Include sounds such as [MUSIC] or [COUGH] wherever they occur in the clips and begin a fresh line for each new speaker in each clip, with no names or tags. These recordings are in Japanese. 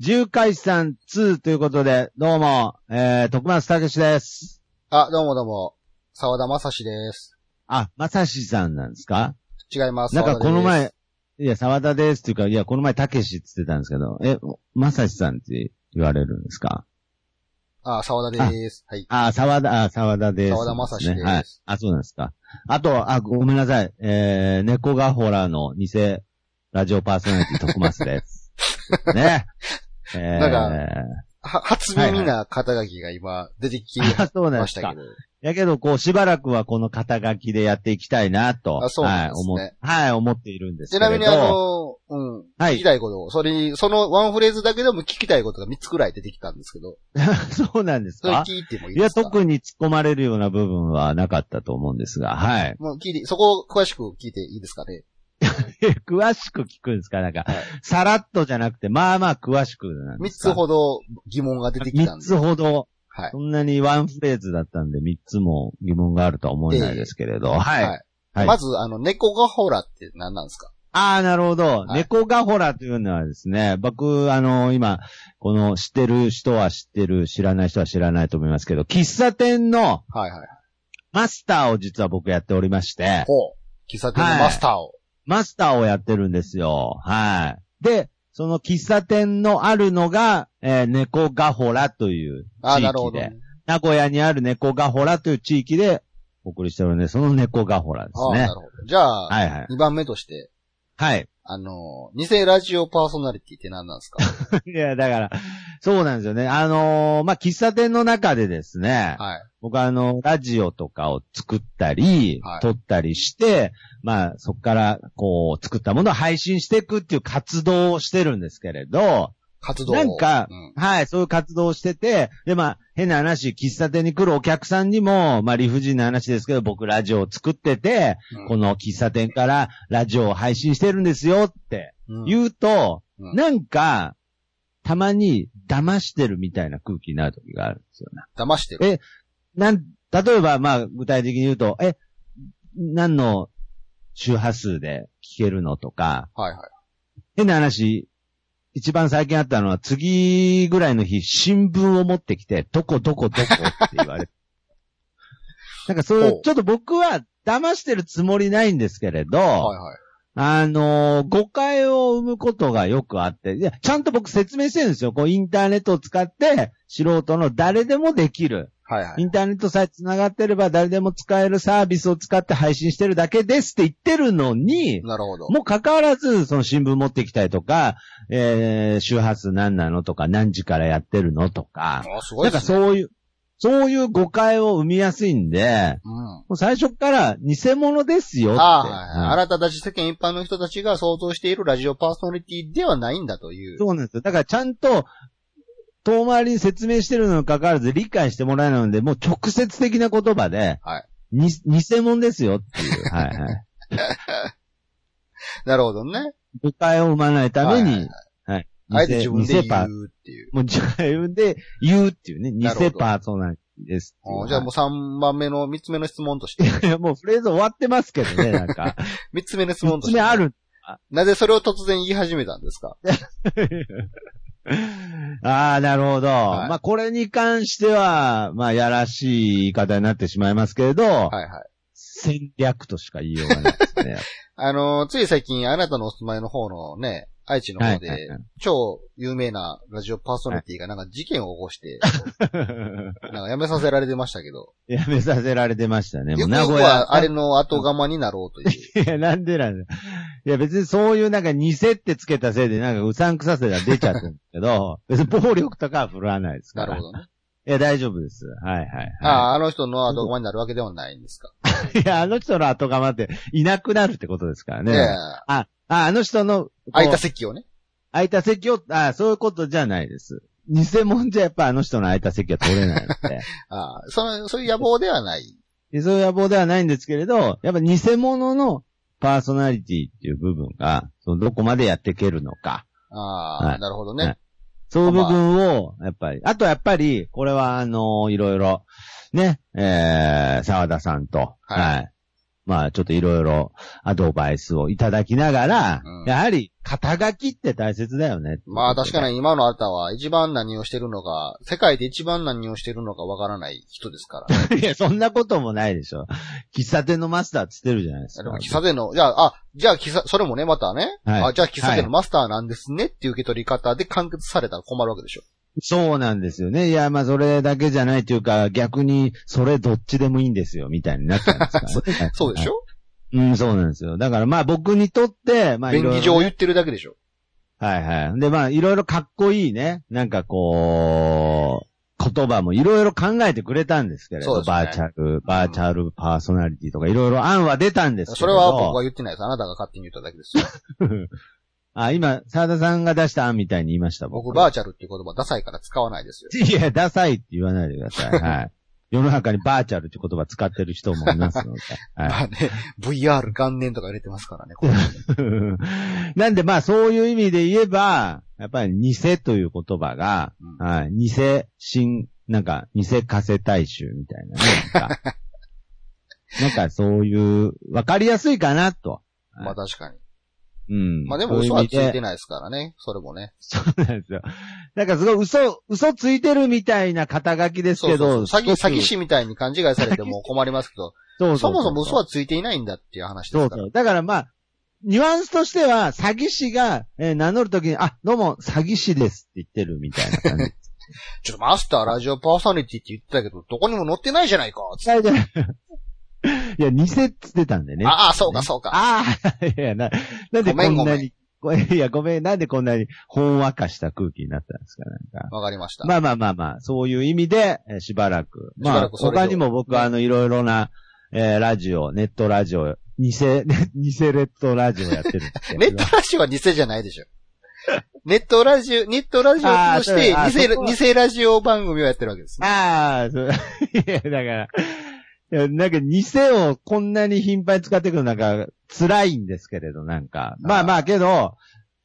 重回算2ということで、どうも、えー、徳松たけしです。
あ、どうもどうも。沢田正史です。
あ、まさしさんなんですか
違います。
なんか
沢田で
この
す
前、いや、沢田ですっていうか、いや、この前たけしって言ってたんですけど、え、まさしさんって言われるんですか
あ、沢田です。はい。
あ、沢田、あ、沢田です、
沢田正史です
はい。あ、そうなんですか。あと、あ、ごめんなさい。えー、猫がホラーの偽ラジオパーソナリティ徳松
[LAUGHS]
です。ね。えー、
は、初耳な肩書きが今出てき
あ、そうなん
ま
で
し
す
た
か
け。ど。
やけど、こう、しばらくはこの肩書きでやっていきたいなと。
あそうなんですね
はい、思っはい、思っているんですけ
ち
れど。
なみにあの、うん。
は
聞き
い。
たいことを、それに、そのワンフレーズだけでも聞きたいことが3つくらい出てきたんですけど、
[LAUGHS] そうなんです
それ
か
聞いてもいい
い
で
や、
すか
特に突っ込まれるような部分はなかったと思うんですが、はい。
もう聞いて、そこを詳しく聞いていいですかね。
[LAUGHS] 詳しく聞くんですかなんか、
はい
さらっとじゃなくて、まあまあ詳しくなんで
3
すか
つほど疑問が出てきた
三
んで。
つほど、
はい。
そんなにワンフレーズだったんで、三つも疑問があるとは思えないですけれど、はい。
はい
はい
まず、あの、猫がほらって何なんですか
ああ、なるほど。
はい
猫がほらというのはですね、僕、あの、今、この知ってる人は知ってる、知らない人は知らないと思いますけど、喫茶店の
はいはい。
マスターを実は僕やっておりまして、
ほう。喫茶店のマスターを。
マスターをやってるんですよ。はい。で、その喫茶店のあるのが、えー猫がほらという
あ
地
あ、なるほ
域
どね
で、。名古屋にある猫がほらという地域でお送りしておるんで、その猫がほらで
あ
す
あ、
ね
なる。ほど。じゃあ、
はいはい。
2番目として、
はい。 [LAUGHS]
あの、偽ラジオパーソナリティって何なんですか
いや、だから、そうなんですよね。あのーまあ、喫茶店の中でですね、
はい。
僕はあの、ラジオとかを作ったり、
はい
撮ったりして、まあ、そこから、こう、作ったものを配信していくっていう活動をしてるんですけれど、
活動を
なんか
うん
はい、そういう活動をしてて、で、まあ、変な話、喫茶店に来るお客さんにも、まあ、理不尽な話ですけど、僕ラジオを作ってて、
うん
この喫茶店からラジオを配信してるんですよって、
うん
言うと、
うん
なんか、たまに騙してるみたいな空気になる時があるんですよね。
騙してる。
なん、例えば、まあ、具体的に言うと、え、何の周波数で聞けるのとか、
はいはい。
変な話、一番最近あったのは、次ぐらいの日、新聞を持ってきて、どこどこどこって言われて。 [LAUGHS] なんかそうい
ほ
う
う、
ちょっと僕は騙してるつもりないんですけれど、
はいはい。
あのー誤解を生むことがよくあって、いや、ちゃんと僕説明してるんですよ。こう、インターネットを使って、素人の誰でもできる。
はいは
イ
い。
ンターネットさえ繋がってれば誰でも使えるサービスを使って配信してるだけですって言ってるのに、
なるほど。
もう関わらず、その新聞持ってきたりとか、えー、周波数何なのとか、何時からやってるのとか、
あ、すご
ないん
で
か
すね。
そういう、そういう誤解を生みやすいんで、
うん。
もう最初から偽物ですよって。
ああ、はいはい。
うん
あなたたち世間一般の人たちが想像しているラジオパーソナリティではないんだという。
そうなんですよ。だからちゃんと、遠回りに説明してるのに関わらず理解してもらえないので、もう直接的な言葉で、
はい
に、偽物ですよっていう、はいは
[LAUGHS]
い。
なるほどね。
誤解を生まないため
はいはい
に、はい。
あえて
偽
自分で
偽
言
パー、
うっていう。
もう自分で言うっていうね、偽
なるほど
パーソナリティですっていう
あじゃあもう3番目の、3つ目の質問と
[LAUGHS]
して。
はいもうフレーズ終わってますけどね、なん
[LAUGHS]
か。
3つ目の質問
三
と
つ
して。
目ある。
なぜそれを突然言い始めたんですか
ああ、なるほど。
はい
まあ、これに関しては、まあ、やらしい言い方になってしまいますけれど、
はいはい。
戦略としか言いようがないです
[LAUGHS]
ね。
あの、つい最近、あなたのお住まいの方のね、愛知の
は
方
いは
で
い、はい
超有名なラジオパーソナリティがなんか事件を起こして、
[LAUGHS]
なんか辞めさせられてましたけど、
やめさせられてましたね。も
ゆ
う
く
名
ゆく
古屋。 [LAUGHS]
はあれの後釜になろうという。
いや、なんでなんだ。いや、別にそういうなんか偽ってつけたせいでなんかうさんくささが出ちゃってるんですけど、別に暴力とかは振るわないですか
な
ら。
るほどね。
いや、大丈夫です。はいはい、はい。
ああ、あの人の後釜になるわけではないんですか。
[LAUGHS] いや、あの人の後釜っていなくなるってことですから
え
ね。
え
あ、ああの人の、こう
空いた席をね。
空いた席を、あそういうことじゃないです。偽物じゃやっぱあの人の空いた席は取れないの
[LAUGHS]
で。
ああ、その、そういう野望ではない。
でそういう野望ではないんですけれど、やっぱ偽物のパーソナリティっていう部分が、そのどこまでやっていけるのか。
ああ、
はい
なるほど
は
ね
い。そういう部分を、やっぱり、あとやっぱり、これはあの、いろいろ、ね、えー、沢田さんと、
はい
はい。まあ、ちょっといろいろアドバイスをいただきながら、
うん
やはり、肩書きって大切だよね。
まあ確か
に。
に今のあなたは一番何をしてるのか、世界で一番何をしてるのかわからない人ですから。
[LAUGHS]
い
いや、そんなこともないでしょ。喫茶店のマスターっつってるじゃないです
や
か。
でも喫茶店の、じゃあ、あ、じゃあ喫茶、それもね、またね、
はい
あ、じゃあ喫茶店のマスターなんですねっていう受け取り方で完結されたら困るわけでしょ。
そうなんですよね。いや、まあ、それだけじゃないというか、逆に、それどっちでもいいんですよ、みたいになっちゃうんですから、ね
[LAUGHS] そうでし
ょ
ょ
うん、そうなんですよ。だからまあ僕にとって、まあい
便
ろいろ
宜上言ってるだけでしょ。
はいはい。でまあいろいろかっこいいね、なんかこう、言葉もいろいろ考えてくれたんですけれ
そ
ど、
うですね
バーチャル、バーチャルパーソナリティとかいろいろ案は出たんですけ
そ
れ
れ
ど。
は僕は言ってないです。あなたが勝手に言っただけですよ。
あ、今、沢田さんが出した案みたいに言いました、
僕、バーチャルっていう言葉ダサいから使わないですよ。
いや、ダサいって言わないでください。
[LAUGHS]
はい。世の中にバーチャルって言葉使ってる人もいますので。はい。
まあね、VR 元年とか入れてますからね、これ
なんで [LAUGHS] まあそういう意味で言えば、やっぱり偽という言葉が、
うん
はい、偽新、なんか偽加瀬大衆みたいなね。なんか [LAUGHS] なんかそういう、わかりやすいかなと。
まあ確かに。
うん。
まあでも嘘はついて
ない。
ないですからね、それもね。
そうなんですよ。 [LAUGHS] なんかすごい嘘、嘘ついてるみたいな肩書きです
そう
け
そ
ど、
う。詐欺、
一つ
詐欺師みたいに勘違いされても困りますけど、
そう
そうもそも嘘
は
はついていないんだっていう話で
そ
す
う
から。
そう。だからまあ、ニュアンスとしては、詐欺師が、えー名乗るときに、あ、どうも、詐欺師ですって言ってるみたいな感じ。
ちょっとマスターラジオパーソナリティって言ってたけど、どこにも載ってないじゃないか。つって
伝えてない [LAUGHS] いや、偽って言ってたんでね。
ああ、そうか、そうか。
ああ、いや、な、なんで
ごめ
こ
ん
んなに、ごめんいや、ごめん、なんでこんなに、ほんわかした空気になったんですか、なんか。
わかりました。
まあまあまあまあ、そういう意味で、えーしばらく。
しば
まあ、
らくそれで
他にも僕は、あの、いろいろな、えーラジオ、ネットラジオ、偽、 [LAUGHS] 偽レッドラジオやってるんですけど
[LAUGHS] ネットラジオは偽じゃない
[LAUGHS]
でしょ。ネットラジオ、ネットラジオ
あー
として
そうあー
偽
そこ
ラ、
は
偽ラジオ番組をやってるわけですね。
ああ、そう、いや、だから、いやなんか、偽をこんなに頻繁に使っていくのなんか、辛いんですけれど、なんか。まあまあ、けど、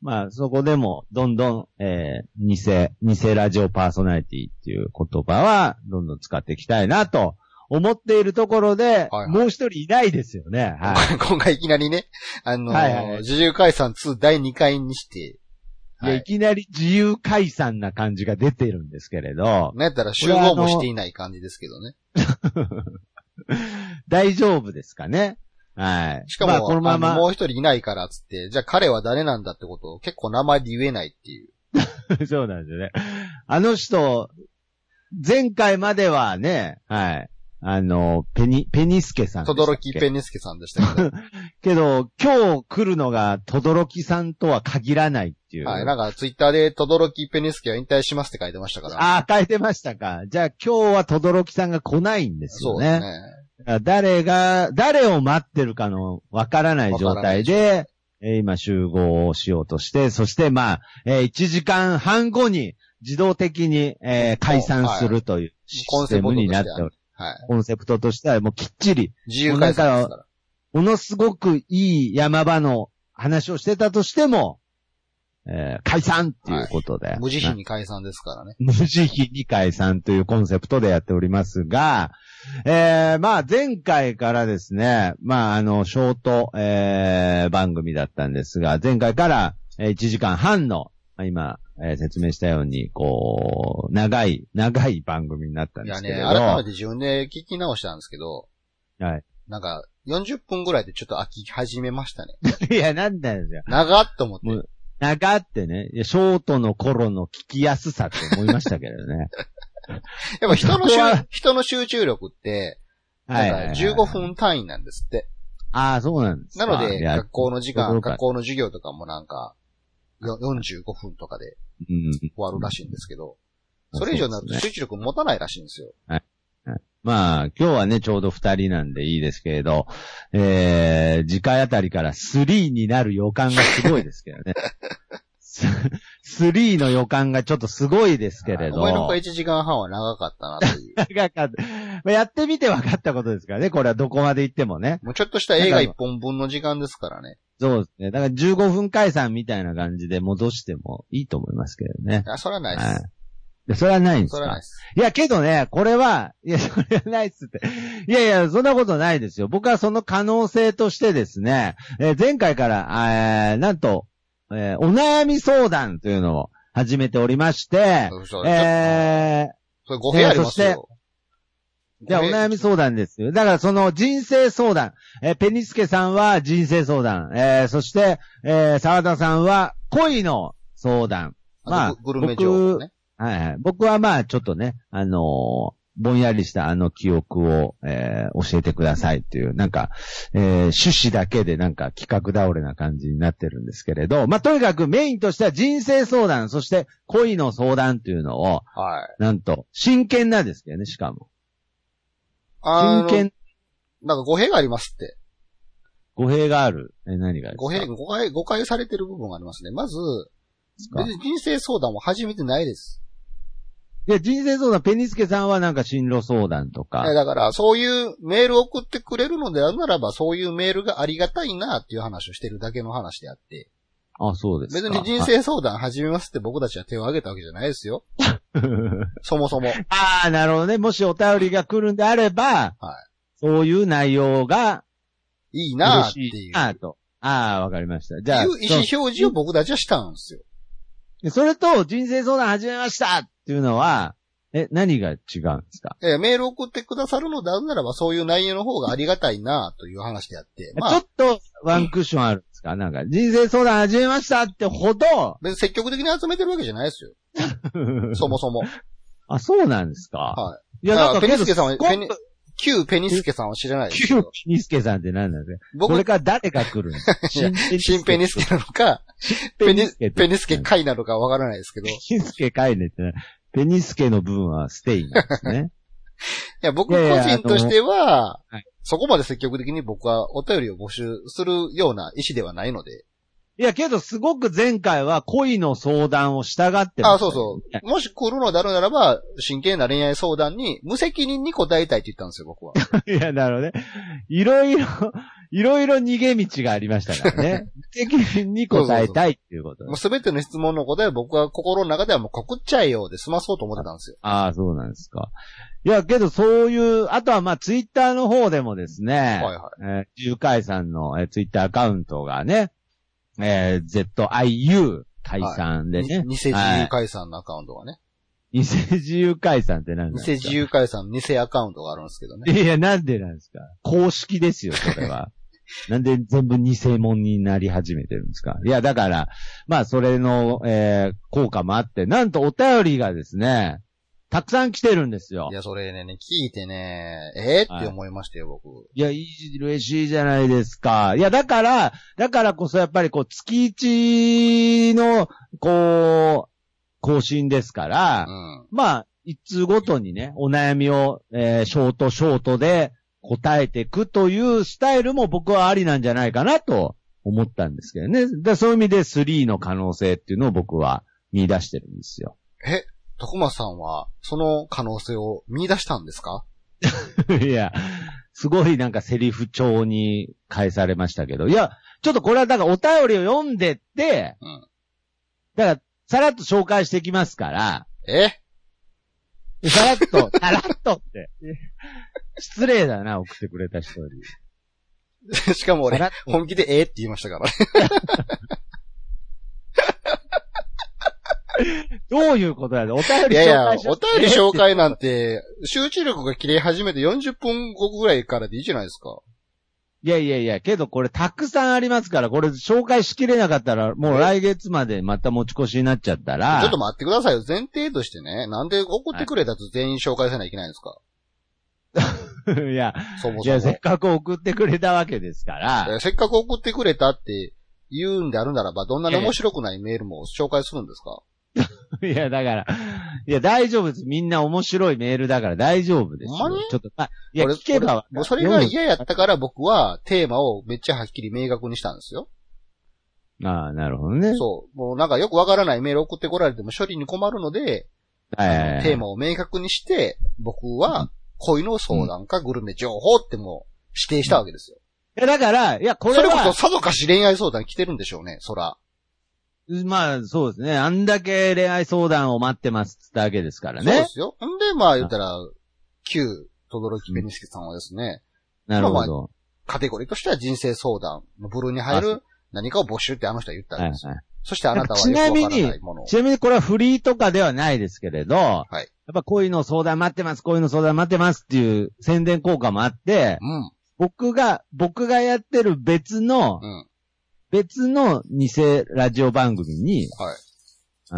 まあ、そこでも、どんどん、えー、偽、偽ラジオパーソナリティっていう言葉は、どんどん使っていきたいなと思っているところで、
はいはい
もう一人いないですよね。はい。
[LAUGHS] 今回いきなりね、あのー
はいはいはい
自由解散2第2回にして、
いや、
はい
いきなり自由解散な感じが出てるんですけれど、
なんやったら集合もしていない感じですけどね。
大丈夫ですかねはい。
しかも、
まあ、このま
あ
ま
の、もう一人いないからっつって、じゃあ彼は誰なんだってことを結構名前で言えないっていう。
[LAUGHS] そうなんですよね。あの人、前回まではね、はい。あの、ペニ、ペニスケさんでした
と
っけ。
どろきペニスケさんでした
[LAUGHS]
け
けど、
ど、
今日来るのが、とどろきさんとは限らないっていう。
はい、なんかツイッターでとどろきペニスケは引退しますって書いてましたから。
ああ、変えてましたか。じゃあ今日はとどろきさんが来ないんです
そ
よ
うで
ね。
すね。
誰が、誰を待ってるかのわからない状態で、えー今集合をしようとして、そしてまあ、え1時間半後に自動的に、えー解散するというシ
コン
ステ
セプト
ム
と
に
して
な
は
っており、
はい。
コンセプトとしてはもうきっちり、
自由解散ですから。
ものすごくいい山場の話をしてたとしても、えー解散っていうことで。
無慈悲に解散ですからね。
無慈悲に解散というコンセプトでやっておりますが、えー、まあ前回からですね、まああの、ショート、えー、番組だったんですが、前回からえー1時間半の、まあ今、えー説明したように、こう、長い、長い番組になったん
い
で
や
すけれ
ね、
ど。
改めて自分で聞き直したんですけど、
はい。
なんか、40分ぐらいでちょっと飽き始めましたね。
いや、なんだよ。
長っと思って。
もう長ってね、いやショートの頃の聞きやすさって思いましたけ
[LAUGHS]
どね。
やっぱ人の
[LAUGHS]
集
そこは、
人の集中力って、
は
ないん
はい
か
はい。
15。分単位なんですって。
ああ、そうなんです
な
か。
ので、
いや
学校の時
そう
間、
か
学校の授業とかもなんか、よ45分とかで
うん。
終わるらしいんですけど、
うん
それ以上にな
そう
ると
です
集中力持たないらしいんですよ。
まあ、今日はね、ちょうど二人なんでいいですけれど、えー、次回あたりから3になる予感がすごいですけど
[LAUGHS]
ね。ス3の予感がちょっとすごいですけれど。
思いのほか1時間半は長かったなっていう。
長かったまあ [LAUGHS] やってみて分かったことですからね、これはどこまで行ってもね。 [LAUGHS]
もうちょっとした映画1本分の時間ですからね。
そうですね。だから15分解散みたいな感じで戻してもいいと思いますけどね。
あ、それはないで
は
す
い。でそれはないんですか
それはないです。
いや、けどね、これは、いや、それはないっすって。いやいや、そんなことないですよ。僕はその可能性としてですね、えー前回から、えーなんと、えーお悩み相談というのを始めておりまして、
そうそう
えー
それ語弊あります
えー
よ。
じゃあ、お
語弊
悩み相談ですよ。だから、その、人生相談。えーペニスケさんは人生相談。えーそして、えー沢田さんは恋の相談。まあ
あとググルメ情報ね。
はいはい。僕はまあ、ちょっとね、あのーぼんやりしたあの記憶を、えー教えてくださいっていう、なんか、えー趣旨だけでなんか企画倒れな感じになってるんですけれど、まあ、とにかくメインとしては人生相談、そして恋の相談っていうのを、
はい。
なんと、真剣なんですけどね、しかも。
あ
真
の、
剣、
なんか語弊がありますって。
語弊がある。え、何がですか
語弊、誤解、誤解されてる部分がありますね。まず、
か
別に人生相談も始めてないです。
いや、人生相談、ペニスケさんはなんか進路相談と
え
か。
だから、そういうメールを送ってくれるのであるならば、そういうメールがありがたいなっていう話をしてるだけの話であって、
あ、そうです
別
か。
に
[LAUGHS]
人生相談始めますって僕たちは手を挙げたわけじゃないですよ。
あ
そもそも。
ああ、なるほどね。もしお便りが来るんであれば、
は
そういう内容が
いいな
嬉
って
し
い。
いうなと。ああ、わかりました。じゃあ、
いう意思表示を僕たちはしたんですよ。
そそれと人生相談始めましたっていうのは、え、何が違うんですか、
えーメール送ってくださるのであるならば、そういう内容の方がありがたいなという話であって、ま
ちょ
あ、
っとワンクッションあるんですかなんか、人生相談始めましたってほど、
別に積極的に集めてるわけじゃないですよ。
[LAUGHS]
そもそも。
あ、そうなんですか。
はい
いや、なん
だ
か
か
け
らペ
ど、
ニスケさんは、
スコッ
ペニ旧ペニスケさんは知らないですけ
旧
ど、
ニスケさんって何なんですかこ
僕
れ、から誰が来るんですか
いや [LAUGHS] 新ペニスケなのか、ペ
ペ
ニ
ニスケ
ペニスケ会なのかわからないですけど、い
[LAUGHS] ペニスケ帰れってない。ペニスケの部分はステイなんですね。
や、僕
い
個
やいや
人としては
は、
そこまで積極的に僕はお便りを募集するような意思ではないので、
[LAUGHS] いや、けどすごく前回は恋の相談を従って。
あ、そうそうう。もし来るのであるならば、真剣な恋愛相談に無責任に答えたいって言ったんですよ、僕は。
[LAUGHS] いや、なるほどね。いろいろ、いろいろ逃げ道がありましたから [LAUGHS] ね。責任に答えたいっていうこと
もうすべての質問の答えを僕は心の中ではもう告っちゃえようで済まそうと思ってたんですよ。
ああ、そうなんですか。いや、けどそういう、あとはまあツイッターの方でもですね、
はいは
えー、ゆうかいさんの、えーツイッターアカウントがね、えー ZIU 解散
い。
でね、
に偽自由解散のアカウントがね。
偽自由解散って何なんですか
偽自由解散の偽アカウントがあるんですけどね。
いや、なんでなんですか公式ですよ、それ
[LAUGHS]
は。なんで全部偽物になり始めてるんですかいや、だから、まあ、それの、えー効果もあって、なんとお便りがですね、たくさん来てるんですよ
い。や、それね、聞いてね、えー、って思いましたよ、僕。
いや、いい、嬉しいじゃないですか。いや、だから、だからこそやっぱりこう、月一の、こう、更新ですから、
うん。
まあ、一通ごとにね、お悩みを、えーショート、ショートで答えていくというスタイルも僕はありなんじゃないかなと思ったんですけどね。でそういう意味で3の可能性っていうのを僕は見出してるんですよ。 [LAUGHS]
え、徳松さんは、その可能性を見出したんですか
いや、すごいなんかセリフ調に返されましたけど。いや、ちょっとこれはだからお便りを読んでって、
うん
だから、さらっと紹介していきますから、
え [LAUGHS]
さらっと、さらっとって。失礼だな、送ってくれた人に。
しかも
さら
俺、
っと
本気でえーって言いましたからね。
どういうことだよ。お便
い
り
やい
紹
や、お
介しよう
便り紹介なんて、集中力が切れ始めて40分後ぐらいからでいいじゃないですか。
いやいやいや、けどこれたくさんありますから、これ紹介しきれなかったら、もう来月までまた持ち越しになっちゃったら、
ちょっと待ってくださいよ。前提としてね、なんで怒ってくれたと全員紹介せないといけないんですか、
[LAUGHS] いや、
そも
い
そも。
や、せっかく送ってくれたわけですから、
えせっかく送ってくれたって言うんであるならば、どんなに面白くないメールも紹介するんですか、
いや、だから、いや、大丈夫です。みんな面白いメーールだから大丈夫ですよ。
ほんまに
ちょっと、まあ、いや、
俺
聞けばわかる
もうそれが嫌やったから僕はテーマをめっちゃはっきり明確にしたんですよ。
ああ、なるほどね。
そう。もうなんかよくわからないメール送ってこられても処理に困るので、あの
え
テーマを明確にして、僕は恋の相談かグルメ情報ってもう指定したわけですよ。
え、だから、いや、これ
それこそ
は、
さぞかし恋愛相談来てるんでしょうね、そら。
まあ、そうですね。あんだけ恋愛相談を待ってますって言ったわけですから
そうで
ね。
すよ。んで、まあ言ったら、旧、とどろきべにすけさんはですね、
なるほど。
カテゴリーとしては人生相談の部類に入
あそ
る何かを募集ってあの人は言った
はい
ん
は
ですよ。
い。
そしてあなたはよくわからないものを。
ちなみにこれはフリーとかではないですけれど、や
い
っぱこういうの相談待ってます、こういうの相談待ってますっていう宣伝効果もあって、
うん。
僕が、僕がやってる別の、
うん。
別の偽ラジオ番組に、
はい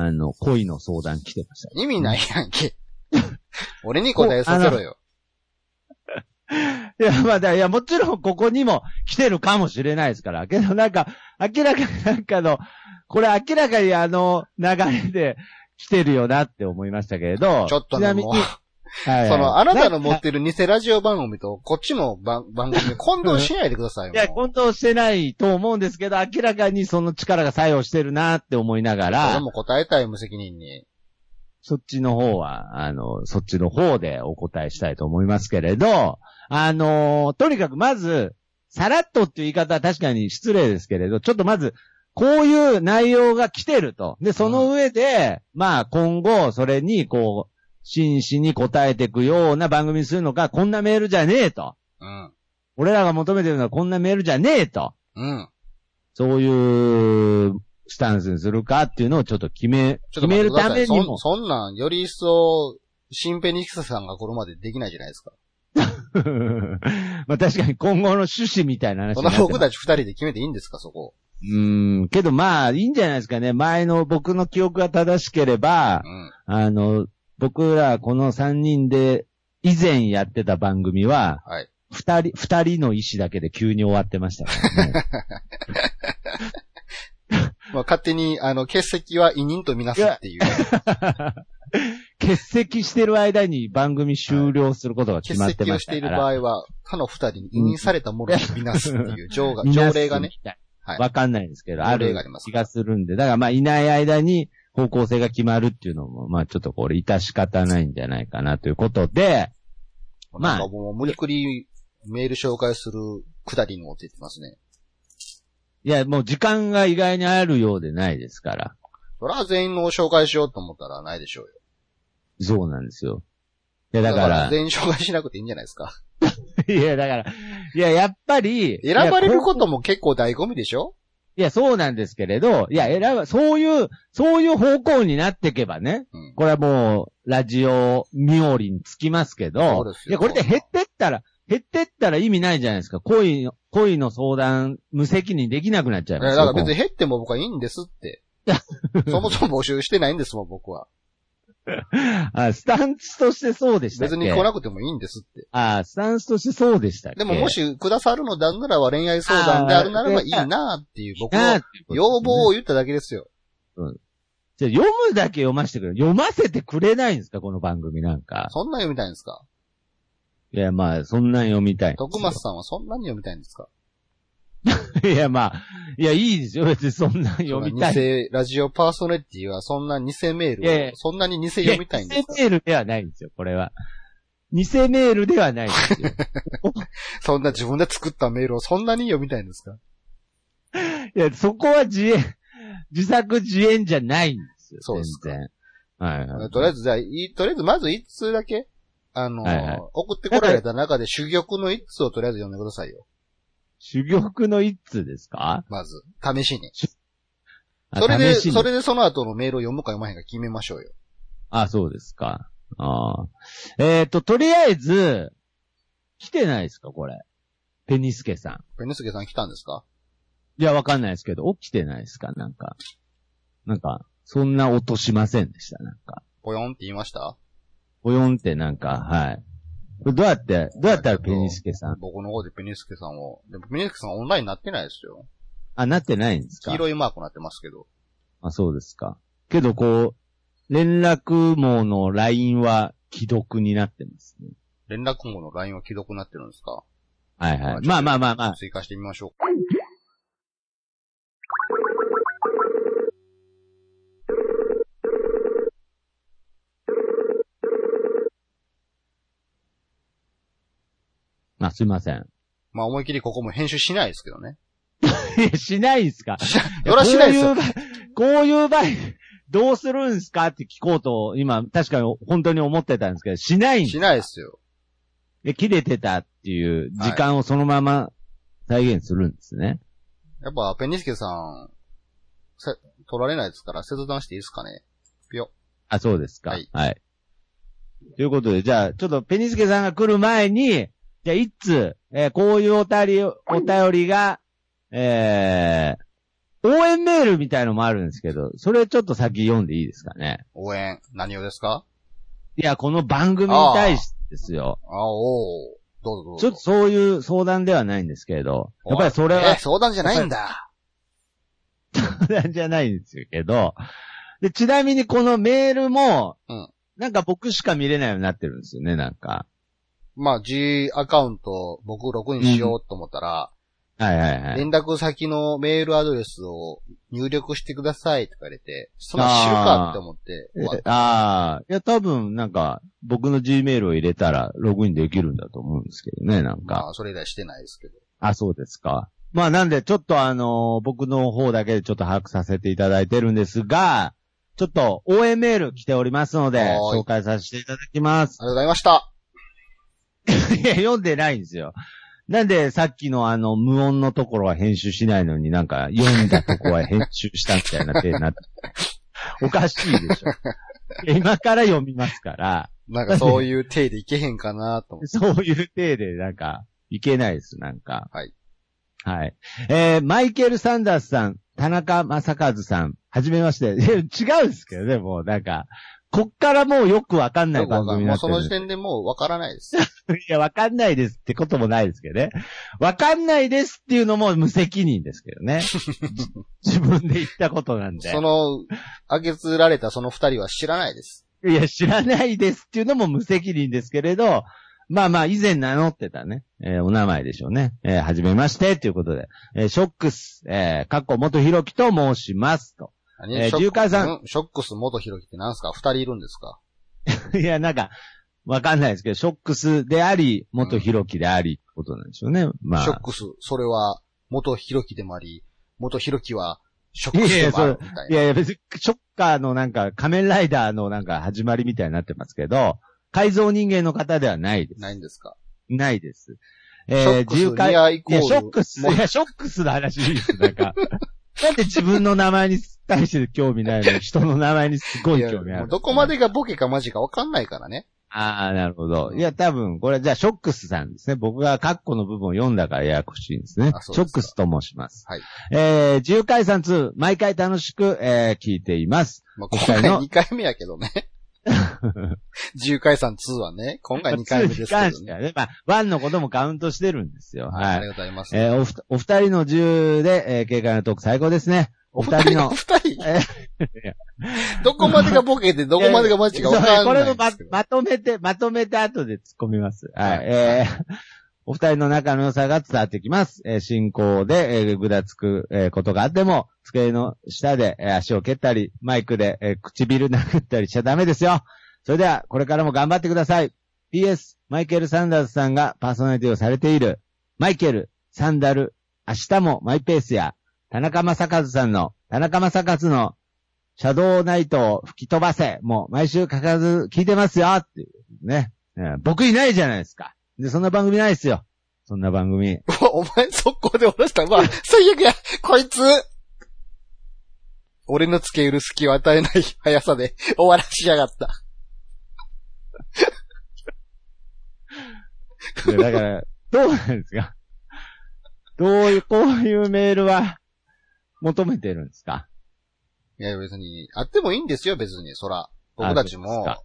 あの、恋の相談来てましたよ。
意味ないやんけ。俺に答えさせろよ。
いや、まあだ、いや、もちろんここにも来てるかもしれないですから。けどなんか、明らかになんかの、これ明らかにあの流れで来てるよなって思いましたけれど、
ちょっと
ちな
ね、
み
も
に
う、、
はいはい
その、あなたの持ってる偽ラジオ番組と、こっちも番番組、混同しないでくださいよ。
いや、
もう
混同してないと思うんですけど、明らかにその力が作用してるなって思いなが
俺
ら、
も答えたい無責任に。
そっちの方は、あの、そっちの方でお答えしたいと思いますけれど、あのとにかくまず、さらっとっていう言い方は確かに失礼ですけれど、ちょっとまず、こういう内容が来てると。で、その上で、まあ今後、それに、こう、真摯に答えていくような番組にするのか、こんなメールじゃねえと。
うん。
俺らが求めてるのはこんなメールじゃねえと。
うん。
そういうスタンスにするかっていうのをちょっと決め、
ちょ
決
っと待
め
って
る
くだ
た
さ
め
い。
に
そ
も
ん、。そんなん、より一層、新ペニキスさんがこれまでできないじゃないですか。
[LAUGHS] まあ確かに今後の趣旨みたいな話
そ
に
ん
な
な
って
僕
ます
たち二人で決めていいんですか、そこ。
うーん。けどまあ、いいんじゃないですかね。前の僕の記憶が正しければ
う、ん。
あの、僕らこの3人で以前やってた番組は、
はい。
二人、二人の意思だけで急に終わってましたから [LAUGHS] ね。
まあ、勝手に、あの、欠席は委任とみなすっていう。
欠席してる間に番組終了することが決
欠
まって
席
ま
を
し
した
か
てい
ら。
る場合は、他の二人に委任されたものとみなすっていう条
[LAUGHS]
が、
みな
条
す
例がね。。はい
わかんないですけど、あ
条例
る
があります
気がするんで、だからまあいない間に方向性が決まるっていうのも、まあちょっとこれ致し方ないんじゃないかなということで、まあ
なんかもう無理くりメール紹介するくだりに持っていってますね。
いやもう時間が意外にあるようでないですから。
それは全員の紹介しようと思ったらないでしょうよ。
そうなんですよ。いやだから、
全員紹介しなくていいんじゃないですか。
[LAUGHS] いやだから、いややっぱり、
選ばれることとも結構醍醐味でしょ
いやそうなんですけれど、いや選ば、そういう、そういう方向になっていけばね、
うん。
これはもう、ラジオ、ミオリにつきますけ
そ
ど、
うです
い
よ
や、これで減ってったら、減ってったら意味ないじゃないですか。恋の、恋の相談、無責任できなくなっちゃい
い
ま
や
す
だ
よ
から別に減っても僕はいいんです
[LAUGHS]
って。そもそも募集してないんですもん、僕は。
あ、スタンスとしてそうでしたっけ
別に来なくてもいいんですって。
あ、スタンスとしてそうでしたっけ
でもも、しくださるのであるならば恋愛相談であるならばいいなっていう僕の要望を
を。
言っただけですよ。
じゃあ読むだけ読ませてくれ。読ませてくれないんですかこの番組なんか。
そんなん読みたいんですか
いや、まあ、そんなん読みたい。
徳松さんはそんなに読みたいんですか
いや、まあ、いや、いいですよ。別にそんなん読みたい。
偽ラジオパーソナリティはそんな偽メー
いやい
ル
や
を、そんなに偽読みたいんですか
いや偽メールではないんですよ、これは。偽メールではない
[LAUGHS]
ですよ。
そんな自分で作ったメールをそんなに読みたいんですか
いや、そこは自演、自作自演じゃないんですよ。
そうですか
全然。はいはい。
とりあえずじゃあ、いとりあえずまず一通だけ、あの、
はいはい
送ってこられた中で主玉の一通をとりあえず読んでくださいよ。
珠玉の一通ですか
まず、試しに。
あ
それで、
試しに
それでその後のメールを読むか読まへんか決めましょうよ。
あ、そうですか。ああ。えっ、と、とりあえず、来てないですかこれ。ペニスケさん。
ペニスケさん来たんですか
いや、わかんないですけど、起きてないですかなんか。なんか、そんな音しませんでした。なんか。
ぽよんって言いました
ぽよんってなんか、はい。これどうやって、どうやったらペニスケさん。
僕の方でペニスケさんを。でもペニスケさんオンラインになってないですよ。
あ、なってないんですか
黄色いマークになってますけど。
あ、そうですか。けど、こう、連絡網の LINE は既読になってますね。
連絡網の LINE は既読になってるんですか
はいはい。まあ
まあ
まあまあまあ。
追加してみましょうか。 [LAUGHS]
あ、すいません。
まあ思い切りここも編集しないですけどね。
いやしないんすか
よらしないですよ。
こういう場合、こういう場合、どうするんすかって聞こうと、今、確かに本当に思ってたんですけど、しないん
しないですよ。
で、切れてたっていう時間をそのまま再現するんですね。
やっぱ、ペニスケさん、せ、取られないですから、切断していいですかね。
あ、そうですか。
は
はいい。ということで、じゃあ、ちょっとペニスケさんが来る前に、じゃあ、いつ、えーこういうお便り、お便りが、えー、応援メールみたいのもあるんですけど、それちょっと先読んでいいですかね。
応援、何をですか
いや、この番組に対してですよ。
あ、おーどうぞどう
ちょっ
ぞ。
とそういう相談ではないんですけれど、やっぱりそれ
え
は
ー、相談じゃないんだ。
相談じゃないんですけど、で、ちなみにこのメールも、
うん
なんか僕しか見れないようになってるんですよね、なんか。
まあ、G アカウント、僕ログインしようと思ったら、
はいはいはい。
連絡先のメールアドレスを入力してくださいって言われて、その知るかって思って、終わった
ああ、いや多分なんか僕の Gmail を入れたらログインできるんだと思うんですけどね、なんか。
まあ、それ以来してないですけど。
あ、そうですか。まあなんでちょっとあのー僕の方だけでちょっと把握させていただいてるんですが、ちょっと応援メール来ておりますので、
はーい
紹介させていただきます。 [LAUGHS]
ありがとうございました。
いや、読んでないんですよ。なんで、さっきのあの、無音のところは編集しないのになんか、読んだとこは編集したみたいな手になって。おかしいでし
[LAUGHS]
ょ。今から読みますから、
なんかそういう体でいけへんかな [LAUGHS]
[LAUGHS]
と思って。
そういう体でなんか、いけないです、なんか。
はい。
はい。えー、マイケル・サンダースさん、田中正和さん、はじめまして。いや違うんですけどね、もうなんか、こっからもうよくわかんない番組に
も
な
う
って
そ
るん
の
で
時点でもうわからないです。
[LAUGHS] いや、わかんないですってこともないですけどね。わかんないですっていうのも無責任ですけど
[LAUGHS]
ね。自分で言ったことなんで
そ。の、あげつられたその二人は知らないです。
いや、知らないですっていうのも無責任ですけれど、まあまあ、以前名乗ってたね、えーお名前でしょうね。えーはじめまして、ということで。えーショックス、えー、かっこ元ひろきと申します。と。 [LAUGHS]
何
えー
ショック
重解さん
うショックス元弘樹って何すか二人いるんですか
いや、なんか、わかんないですけど、ショックスであり、元ひろきであり、ってことなんでしょうね。まあ。
ショックス、それは元弘樹でもあり、元弘樹はショックスでもあるみたい
い
な。
やいや、別に、ショッカーのなんか、仮面ライダーのなんか始まりみたいになってますけど、改造人間の方ではないです。
ないんですか
ないです。え
シ
ー
ョックス
自由
ニ
会、い
アイコー
や、
ル。
ショックス、い
もう
や、ショックスの話いいです、なん
[LAUGHS]
か。なんで自分の名前に対して興味ないのに、人の名前にすごい
い
興
や
味あ
もう
る。
どこまでがボケかマジかわかんないからね。
ああ、なるほど。いや、多分、これ、じゃあ、ショックスさんですね。僕がカッコの部分を読んだからややこしいんですね
あ。そうで
シ
すか
ョックスと申します。
はい。
えー、自由解散2、毎回楽しく、えー、聞いています。
まあ、今
今
回
回の
2回目やけ
[LAUGHS]
どね。自由解散2はね、今回2回目ですけ
まあ
ど
通に関して
ね。
はね。まあ、ワンのこともカウントしてるんですよ。
はい、あ
は
り
い。
がとうございます。
えーおふた、お二人の銃で、えー軽快なトーク最高ですね。お二人の
お。二人
え
[LAUGHS] どこまでがボケで、どこまでがマジかわか
そ
ん
う
な
こ
い
れ
んで
もます
けど。、
まとめて、まとめて後で突っ込みます。はい。
はい
えー [LAUGHS] お二人の仲の良さが伝わってきます。えー進行で、えーぐだつく、えーことがあっても、机の下で、えー足を蹴ったり、マイクで、えー唇殴ったりしちゃダメですよ。それでは、これからも頑張ってください。PS、マイケル・サンダースさんがパーソナリティをされている、マイケル、サンダル、明日もマイペースや、田中正和さんの、田中正和の、シャドウナイトを吹き飛ばせ、もう毎週欠かさず聞いてますよっていうね。えー僕いないじゃないですか。で、そんな番組ないですよ。そんな番組。
お前、速攻で下ろした。まあ、最悪や。こいつ俺の付け入る隙を与えない速さで [LAUGHS] 終わらしやがった。
いやだから、 [LAUGHS] どうなんですかどういう、こういうメールは求めてるんですか
いや、別に、あってもいいんですよ、別に、そら。僕たちも
あ、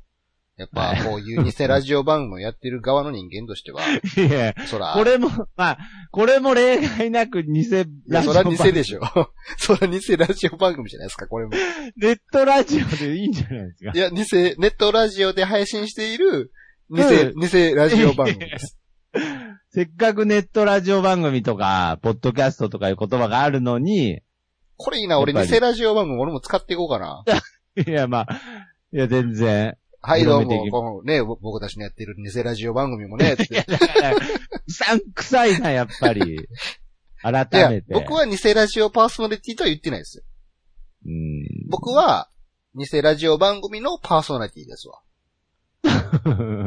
やっ
は
ぱ、こういう偽ラジオ番組をやってる側の人間としては、
いや、
そ [LAUGHS] ら、
これも、まあ、これも例外なく偽
いや
ラジオ
そら
番組
偽でしょ。 [LAUGHS] そら偽ラジオ番組じゃないですか、これも。い
ネットラジオでいいんじゃないですか
や、偽、ネットラジオで配信している、偽、
う
偽ラジオ番組
[LAUGHS]
です。
せっかくネットラジオ番組とか、ポッドキャストとかいう言葉があるのに、
これいいな、俺
やっぱり [LAUGHS]
偽ラジオ番組俺も使っていこうかな。
いや、まあ、いや、全然。
はい、どう
広めてい
も、
き
このね、ぼ僕たちのやってる偽ラジオ番組も
[LAUGHS]
ね、って。
だから、うさんくさいな、やっぱり。改
いや
めて。、
僕、は偽ラジオパーソナリティとは言ってないですよ。
うん。
僕は、偽ラジオ番組のパーソナリティですわ。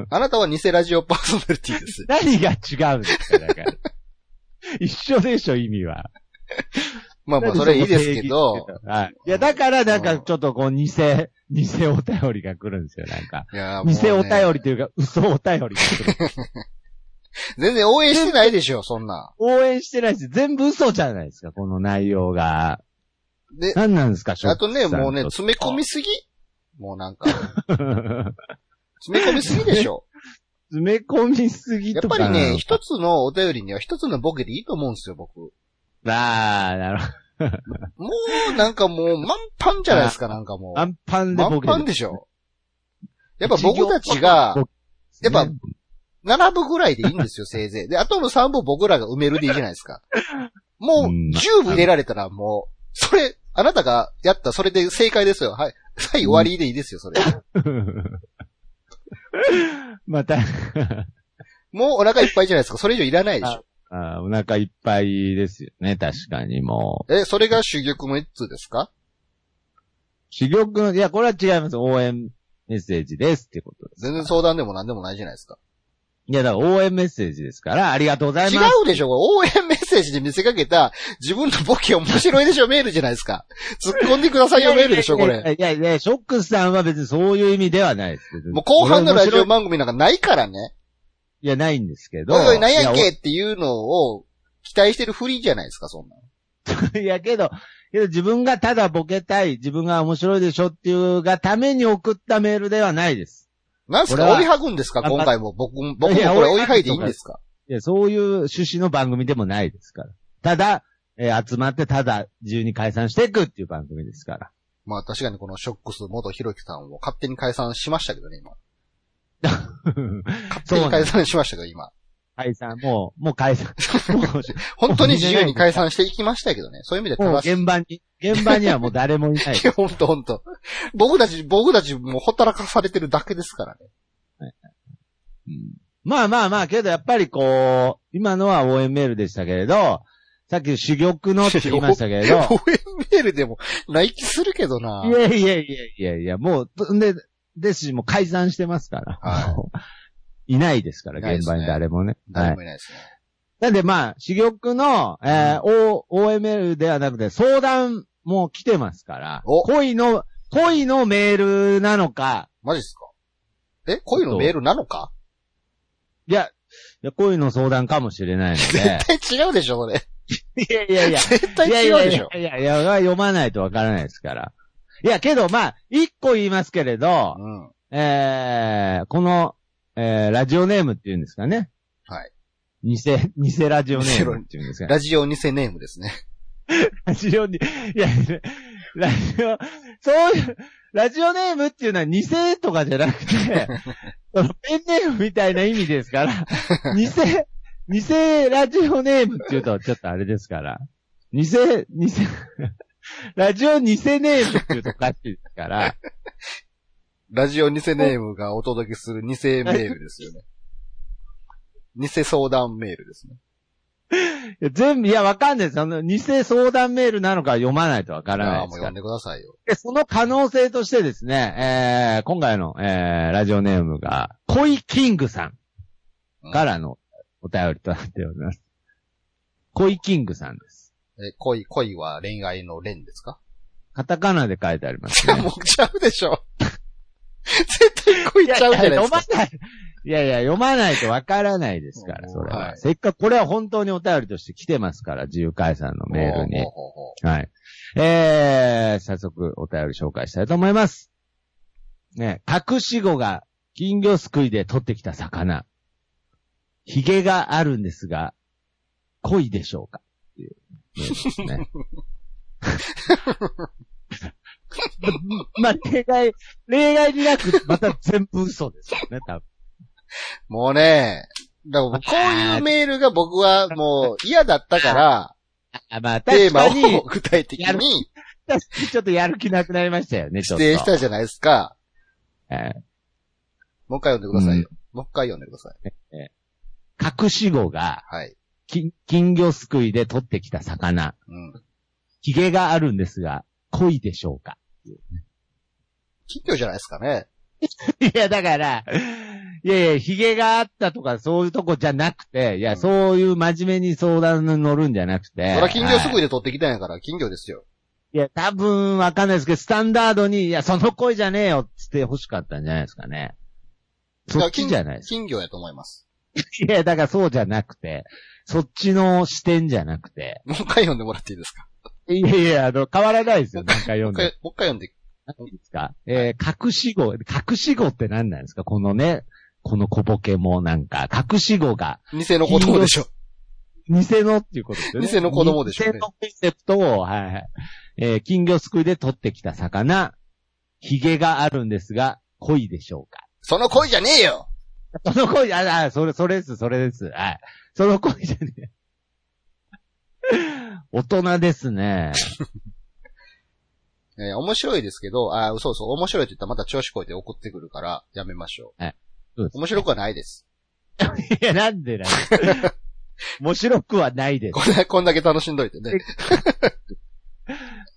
あなたは偽ラジオパーソナリテ
[LAUGHS]
ィです。
何が違うんですか、だから。一緒でしょ、意味は。
まあまあ、それいいですけど、。
はい。いや、だから、なんか、ちょっとこう、偽、偽お便りが来るんですよ、なんか。
いやもうね
偽お便りというか、嘘お便りが来る。
全然応援してないでしょ、そんな。
応援してないし、全部嘘じゃないですか、この内容が。
で、
何なんですか、ショッ
あ
[LAUGHS] ク
とね、
さん
もうね、詰め込みすぎもうなんか、詰め込みすぎでしょ。
詰め込みすぎ
や
と
っぱ
か。
りね、一つのお便りには一つのボケでいいと思うんですよ、僕。
ああ、なるほど。
もう、なんかもう、満帆じゃないですか、なんかも
アンパ
う。
ンで
満
僕
帆でしょ。やっぱ僕たちが、やっぱ7部ぐらいでいいん
[LAUGHS]
ですよ、せいぜい。で、あとの3部僕らが埋めるでいいじゃないですか。もう、
うん
10部入れられたらもう、それ、あなたがやった、それで正解ですよ。はい。はい、終わりでいいですよ、それ。
[LAUGHS] また、 [LAUGHS]
もうお腹いっぱいじゃないですか。それ以上いらないでしょ。
あーお腹いっぱいですよね、確かにもう。
え、それが主玉の一通ですか
修行くん、いや、これは違います。応援メッセージですってことです。
全然相談でも何でもないじゃないですか。
いや、だから応援メッセージですから、ありがとうござい
違
ます。
うでしょこれ応援メッセージで見せかけた、自分のボケ面白いでしょメールじゃないですか。突っ込んでくださいよメールでしょこ
い
れ。
やいやいやいや、ショックスさんは別にそういう意味ではないです。
もう後半のラジ
俺面白
オ
い
番組なんかないからね。
いや、ないんですけど。
おいおい、なんやっ
い
けっていうのを期待してるふりじゃないですか、そんな。
やおい [LAUGHS] や、けど、けど自分がただボケたい、自分が面白いでしょっていうがために送ったメールではないです。
なんす
これ
か
は
追いはぐんですか
頑張っ
今回も。僕も、僕も
いや
これ
追
追
い
い
はぐ
はぎでいいんですか
いや、そういう趣旨の番組でもないですから。ただ、えー集まってただ自由に解散していくっていう番組ですから。
まあ確かにこのショックス元ひろきさんを勝手に解散しましたけどね、今。
そうな
勝手に
ん
解
です。
散しましたけど、今。
解散、もう、もう解散。 [LAUGHS] もう
[LAUGHS] 本当に自由に解散していきましたけどね。そういう意味で
もう
正しい。
現場に、現場にはもう誰もい [LAUGHS] ない
い。や、ほんとほんと。僕たち、僕たちもうほったらかされてるだけですからね。
うんまあまあまあ、けどやっぱりこう、今のは応援メールでしたけれど、さっき珠玉のって言いましたけれど、。
応援メールでも、泣きするけどない
やいやいやいやいや、もう、とんで、ですし、もう解散してますから。
はい
もういないですから、
いないで
現
すね
場に誰もね。は
誰
い
も。いないですね。
なんでまあ、珠玉の、えー、お応援メールではなくて、相談も来てますから、
お
恋の、恋のメールなのか、
マジっすかえ恋のメールなのか
いや、いや恋の相談かもしれないので、
絶対違うでしょ、これ。
いやいやいや。
絶対
いやい
違
や
うで
い
しょ。
やいやいや、読まないとわからないですから。いや、けど、まあ、一個言いますけれど、
うん。
えー、この、えー、ラジオネームっていうんですかね。
はい。
偽、偽ラジオネームっていうんですかね。
ラジオ偽ネームですね。
ラジオに、いや、ラジオ、そういう、ラジオネームっていうのは偽とかじゃなく
[LAUGHS]
て、そのペンネームみたいな意味ですから、偽、偽ラジオネームっていうとちょっとあれですから、偽、偽、ラジオ偽ネームっていうとおかしいですから、
ラジオ偽ネームがお届けする偽メールですよ
[LAUGHS]
ね。偽相談メールですね。
いや全部、いや、わかんないです。あの、偽相談メールなのか読まないとわから
あ
ないで
あ、も
す
う
か
読
ら
ん。でくださいよ。
で、その可能性としてですね、えー、今回の、えー、ラジオネームが、コイキングさんからのお便りとなっております。コイキングさんです。
え、恋、恋は恋愛の恋で
[LAUGHS]
すか
カタカナで書いてあります、
じゃあ
ね。
[LAUGHS] もうちゃうでしょ。絶対恋ちゃうじゃないです
読ま
か。
ない。いやいや、読まないとわからないですから、それは。
はい
せっかく、これは本当にお便りとして来てますから、自由解散のメールに
ほう。ほうほうほ
はい。えー、早速お便り紹介したいと思います。ね、隠し子が金魚すくいで取ってきた魚。ヒゲがあるんですが、濃いでしょうかっていうメールですね。
[LAUGHS]
まあ、例外、例外になく、また全部嘘ですよね、多分。
うもうね、だからこういうメールが僕はもう嫌だったから、
あまあ、
テ
確
ーマ
かに、
を具体的
やる
に
確かにちょっとやる気なくなりましたよね、ちょ
指
っと。
定したじゃないですか。
えー
もう一回読んでくださいよ。もう一回読んでください。
隠し子が、
はい。
き金魚すくいで取ってきた魚。
うん。
ヒゲがあるんですが、濃いでしょうか [LAUGHS]
金魚じゃないですかね。
いや、だから、いやいや、ヒゲがあったとかそういうとこじゃなくて、いや、
うん
そういう真面目に相談に乗るんじゃなくて。
そら金魚す
はい
ぐいで取ってきたんやから、金魚ですよ。
いや、多分わかんないですけど、スタンダードに、いや、その声じゃねえよっつって欲しかったんじゃないですかね。そっちじゃないです
金魚やと思います。
いや、だからそうじゃなくて、そっちの視点じゃなくて。
もう一回読んでもらっていいですか
いやいや、あの、変わらないですよ、何回読
もうん一
で
回
も。、
もう一回読んで。
何ですかえー隠し語、隠し語って何なんですかこのね、この小ボケもなんか、隠し語が、
偽の子供でしょ。
偽のっていうことですよね。
偽の子供でしょうね
偽のコンセプトを、はいはい。えー金魚すくいで取ってきた魚、髭があるんですが、恋でしょうか
その恋じゃねえよ
その恋、あ、あ、それ、それです、それです。はい。その恋じゃねえ。大人ですね。
えー面白いですけど、あー、そうそう、面白いって言ったらまた調子こいて怒ってくるから、やめましょう。
そうです
面白くはないです。
いや、なんでなんで [LAUGHS] 面白くはないです。
こんだこんだけ楽しんどいてね。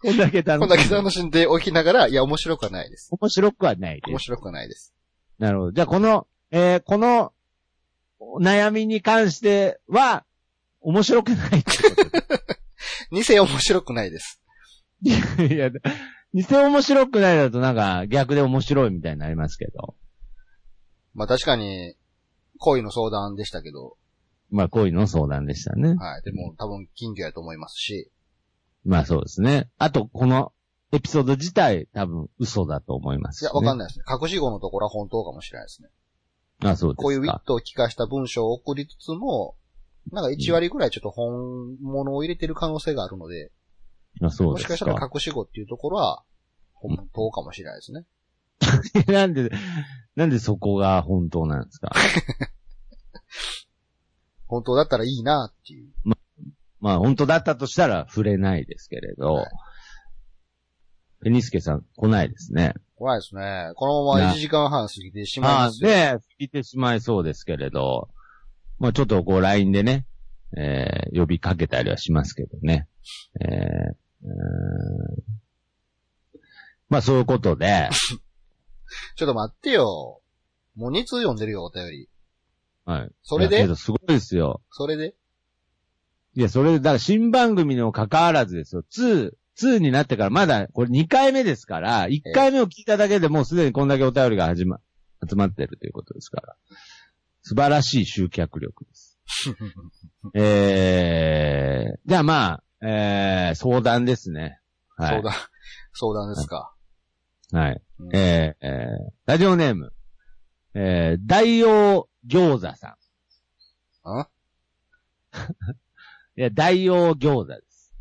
こんだけ
こん
楽
だ
し
け
い。
楽しんでおきながら、いや、面白くはないです。
面白くはないです
面。白くはないです。
なるほど。じゃあ、この、えーこの、悩みに関しては、面白くないってこと
偽面白くないです。
で [LAUGHS] いや、偽面白くないだとなんか逆で面白いみたいになりますけど。
まあ確かに、恋の相談でしたけど、
まあ、恋の相談でしたね。
はい。でも多分金魚やと思いますし、
まあ、そうですね。あと、このエピソード自体、多分嘘だと思います、
い
ね。
や、わかん
な
ないですね。隠し子のところは本当かもしれないですね。
い。あ、そうですか。
こういうウィットを聞かした文章を送りつつも、なんか1割ぐらいちょっと本物を入れてる可能性があるので、
あそう
も
で
し
す
か
か。
した
[LAUGHS]
ら隠し子っていうところは、本当かもしれないですね。
なんで、なんでそこが本当なんですか。
本当だったらいいなっていう。
まあ、本当だったとしたら触れないですけれど
はい。
ペニスケさん来ないですね。
怖いですね。このまま1時間半過ぎてしまい
ああ
ますよ。
ね、過ぎてしまいそうですけれど、まあちょっとこう LINE でね、えー呼びかけたりはしますけどね。えーうーんまあそういうことで、
ちょっと待ってよ。もう2通読んでるよ、お便り。
はい。
そ
い
れ
や
で
けどすごいですよ。
それで
いや、それ、だから新番組にも関わらずですよ。2、2になってからまだこれ2回目ですから、1回目を聞いただけでもうすでにこんだけお便りが始ま、集まってるということですから。素晴らしい集客力です。
[LAUGHS]
えー、じゃあまあ、えー、相談ですね。は
相
い。
談、 [LAUGHS] 相談ですか。
はい。
うん
えー、えー、ラジオネーム、えー、大王餃子さん。
ん
[LAUGHS] いや、大王餃子です。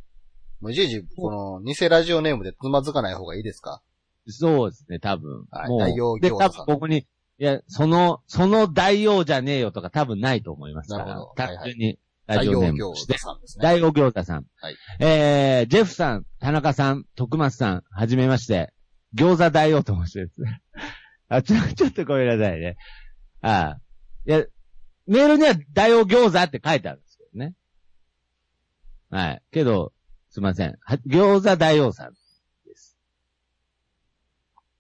もういちいち、この、偽ラジオネームでつまずかない方がいいですか
そうですね、多分。
はい
もう
大王餃子
で、多分ここに、いや、その、その大王じゃねえよとか多分ないと思いますから。
なるほど
単純に、ラ
大
ジオ
王
ネー
餃
ムと
子
して。
さんですね。
大王餃子さん。
はい
えー、ジェフさん、田中さん、徳松さん、はじめまして。餃子大王と申します。 [LAUGHS] あ、ちょ、ちょっとごめんなさいね。ああいや、メールには大王餃子って書いてあるんですけどね。はい。けど、すいません。は餃子大王さんです。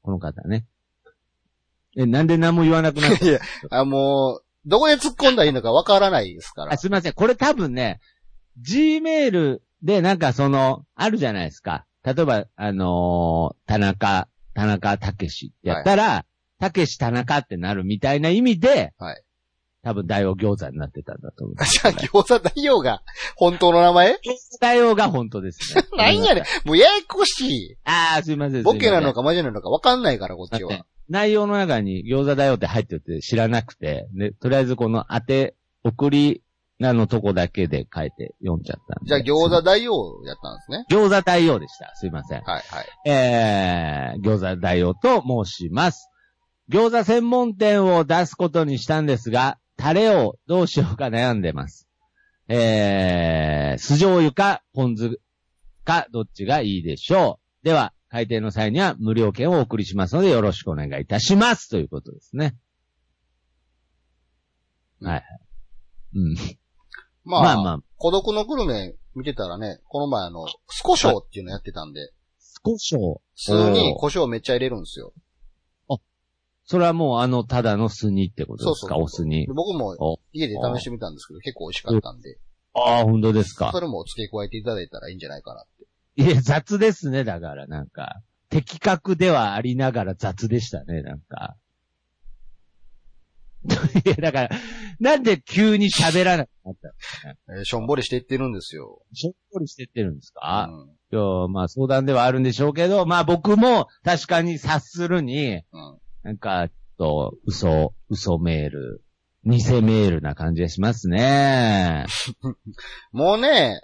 この方ね。え、なんで何も言わなくなった
いや、あ、もう、どこで突っ込んだらいいのかわからないですから
あ、。すみません。これ多分ね、Gmail でなんかその、あるじゃないですか。例えば、あのー田中、田中武史ってやったら、たけし田中ってなるみたいな意味で、
はい
多分大王餃子になってたんだと思う。
[LAUGHS] じゃあ、餃子大王が、本当の名前。
大王が本当ですね
[LAUGHS] なんやねん。もうややこしい。
ああ、すいません。
ボケなの
か
かマジなのかわかんないから、こっち
だって
は。
内容の中に餃子大王って入ってて知らなくて、で、とりあえずこの当て、送り、なのとこだけで書いて読んじゃったんで
じゃあ、餃子大王やったんですね。
餃子大王でした。すいません。
はい、はい。
えー、餃子大王と申します。餃子専門店を出すことにしたんですが、タレをどうしようか悩んでます。えー、酢醤油かポン酢かどっちがいいでしょう。では、開店の際には無料券をお送りしますのでよろしくお願いいたします。ということですね。はい。うん。
まあ、
まあまあ、
孤独のグルメ見てたらね、この前あの、スコショウっていうのやってたんで、
少しを。
普通に胡椒めっちゃ入れるんですよ。
それはもうあの、ただの酢煮ってことですか
そうそ
お酢
う
煮
で。僕も
お
家で試してみたんですけど、結構美味しかったんで、
ああ、本当です
そ
か。
れも付け加えていただいたらいいんじゃないかな。
いや、雑ですね、だから、なんか。的確ではありながら雑でしたね、なんか。 [LAUGHS] いや、だから、なんで急に喋らなくなったの
えーしょんぼりしていってるんですよ。
しょっこりしてってるんですか、
うん
いや、まあ相談ではあるんでしょうけど、まあ僕も確かに察するに、
うん
なんか、ちょっと、嘘、嘘メール、偽メールな感じがしますね。
もうね、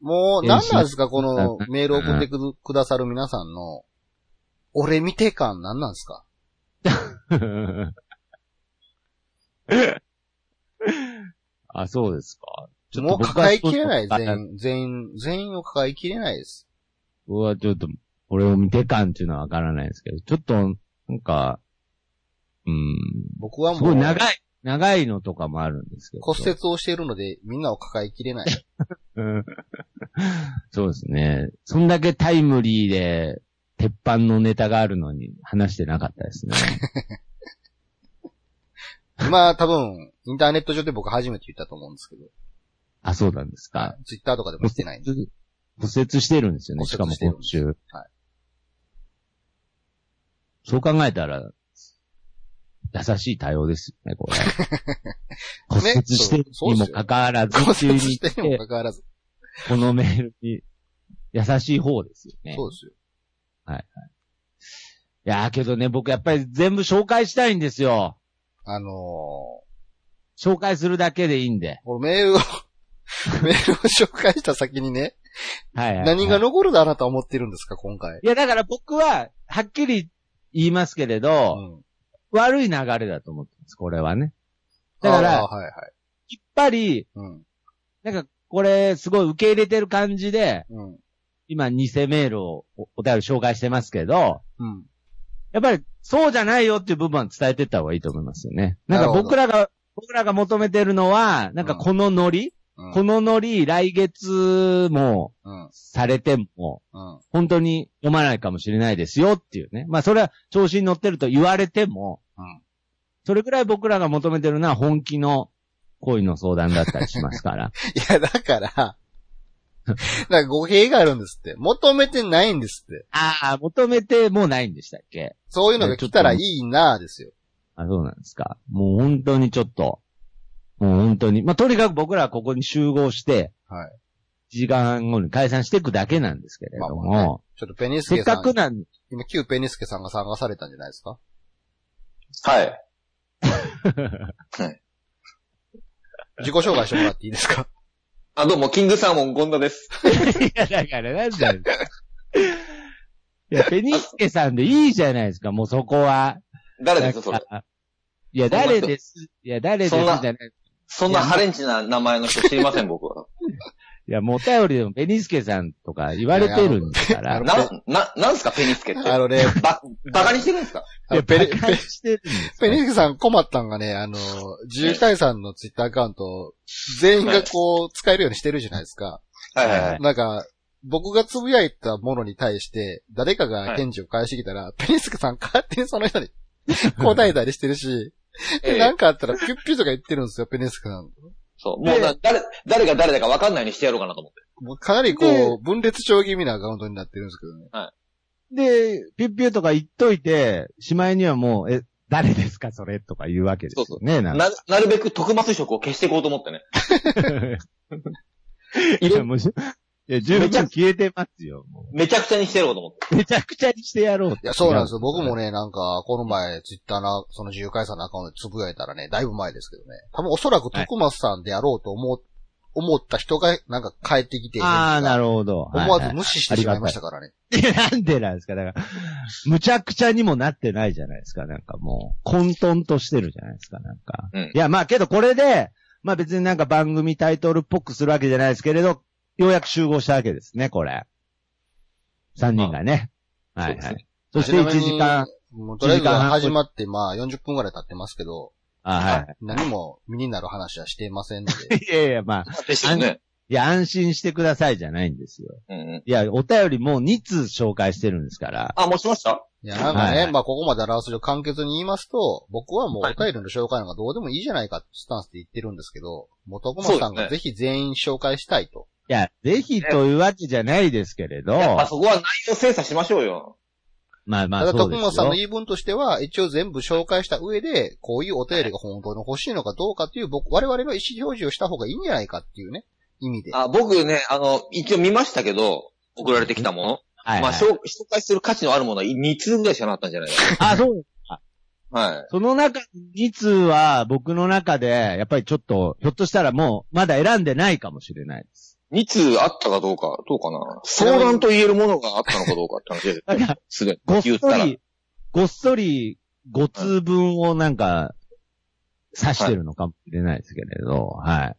もう、
返
何
信
なんですか、このメール送ってくるくださる皆さんの、俺見て感何なんですか
[LAUGHS] あ、そうですか。
もう抱えきれない、
僕はちょっと
全員、全員、全員を抱えきれないです。
僕はちょっと、これを見て感っていうのはわからないですけど、ちょっと、なんか、うん、
僕は
すご
も、
いう長い、長いのとかもあるんですけど。
骨折をしているので、みんなを抱えきれない。
うん [LAUGHS] そうですね。そんだけタイムリーで、鉄板のネタがあるのに話してなかった
[LAUGHS]
ですね。
まあ、多分、インターネット上で僕初めて言ったと思うんですけど、
あ、そうなんですか。
ツイッターとかでも
骨
してないんで。
折骨折してるんですよね。し
骨
かも
折してるん
今週。
ですはい
そう考えたら、優しい対応ですよね、
[LAUGHS]
これ。骨折してるにもかかわらず
骨
っていう
折
意
し
味
てるにも
で、
かかわらず。
このメールに優しい方ですよね。
そうですよ。
いやーけどね、僕やっぱり全部紹介したいんですよ。
あのー、
紹介するだけでいいんで。
このメールを、 [LAUGHS] メールを紹介した先にね、
はいはい、はい。
何が残るだあなたは思ってるんですか、今回。
いや、だから僕は、はっきり言いますけれ
う
ど、
ん。
悪い流れだと思ってます、これはね。だから
あーはいはい。
やっぱり、
うん。
なんか、これ、すごい受け入れてる感じで、
うん。
今、偽メールをおお便り紹介してますけど、
うん。
やっぱり、そうじゃないよっていう部分は伝えてった方がいいと思いますよね。なん
な
か
るほど
僕らが、僕らが求めてるのは、なんか
うん
このノリ、
うん
このノリ、来月も、
うん。
されても、
うん。
本当に読まないかもしれないですよっていうね。まあそれは調子に乗ってると言われても、
うん
それぐらい僕らが求めてるのは本気の恋の相談だったりします
[LAUGHS]
から。
いや、だから、だ [LAUGHS] から語弊があるんですって。求めてないんですって。
ああ、求めてもうないんでしたっけ
そういうのが来たらいいなぁですよ。
あ、そうなんですか。もう本当にちょっと、もう本当に。まあとにかく僕らはここに集合して、
はい。
1時間半後に解散していくだけなんですけれども、
まあまあねちょっとペニス
せ
ケ
っ
さ
か
ん
く、なん、
今旧ペニスケさんが参加されたんじゃないですか
はい。
自己紹介してもらっていいですか
あ、どうも、キングサーモン、ゴンダです。
いや、だから、なんだよ。いや、ペニスケさんでいいじゃないですか、もうそこは。
誰ですそ
だ
れ
か。らいや、誰です。いや、誰ですじ
そん
ゃ
な
ない。
そんなハレンチな名前の人知りま
[LAUGHS]
せん、僕は。
いや、もうお便りでもペニスケさんとか言われてるんだか
[LAUGHS] いや
ら。
い
い
や
な、な、なんすか、ペニスケって。
あのね、
ば、バカにしてるんですか
あの
や、
ペ
ペニ、
ニペ
してるんです
ペ
よ
ニスケさん困ったんがね、あの、自由体さんのツイッターアカウントを全員がこう使えるようにしてるじゃないですか。
はいはいはい。
なんか、僕がつぶやいたものに対して、誰かが返事を返してきたら、ペニスケさん勝手にその人に [LAUGHS] 答えたりしてるし、
え
な
え
んかあったらピュッピュとか言ってるんですよ、ペニスケさん。
そう。もうな、誰、誰が誰だか分かんないようにしてやろうかなと思って。
もうかなりこう、分裂症気味なアカウントになってるんですけどね。
で、ピュッピュとか言っといて、しまいにはもう、え、誰ですか、それとか言うわけですよね。なんか
な、なるべく特末色を消していこうと思ってね。
[LAUGHS] いや、もう、いや、十分消えてますよ。も
めちゃくちゃにしてやろうと思って。
うめちゃくちゃにしてやろうって
いや、そうなんですよ。僕もね、なんか、この前、ツイッターの、その自由解散のアカウントでつぶやいたらね、だいぶ前ですけどね。多分おそらく徳松さんであろうと思う、思った人が、なんか帰ってきて、
ああ、な
る
るほど。
思わず無視してしまいましたからね。
いやなんでなんですかだから、むちゃくちゃにもなってないじゃないですか。なんかもう、混沌としてるじゃないですか。なんか。
うん
いや、まあけどこれで、まあ別になんか番組タイトルっぽくするわけじゃないですけれど、ようやく集合したわけですね、これ。3人がね。は
そう
い
で
は
す
い。そして1時間、
もうとりあえず始まって、まあ40分くらい経ってますけど、
あは
何も身になる話はしていませんので。
い。いやいや、まあ、
ですよね。
いや、安心してくださいじゃないんですよ。
うんうん。
いや、お便りもう2通紹介してるんですから。
あ、持ちました
いや、なんか
はいは
ね、
い
まあ、ここまで表すと簡潔に言いますと、僕はもうお便りの紹介なんかどうでもいいじゃないかってスタンスで言ってるんですけど、元駒さんが
そうで
ぜひ全員紹介したいと。
いや、ぜひというわけじゃないですけれど、
やっぱそこは内容精査しましょうよ。
まあま
た
あ
だ、
そう
徳
です
間さんの
よ。
言い分としては、一応全部紹介した上で、こういうお便りが本当に欲しいのかどうかっていう、僕、我々の意思表示をした方がいいんじゃないかっていうね、意味で。
あ、僕ね、あの、一応見ましたけど、送られてきたもの。
はい、
ま
は
あ、
い。
紹紹介する価値のあるものは2通ぐらいしかなかったんじゃないです
あ、そう。
か。はい。
その中、2通は僕の中で、やっぱりちょっと、ひょっとしたらもう、まだ選んでないかもしれないです。
2通あったかどうか、どうかな。相談と言えるものがあったのかどうかって話です
だから、
すでに。
ごっそ
言ったら。
り、ごっそり5通分をなんか、指してるのかもしれないですけれど、は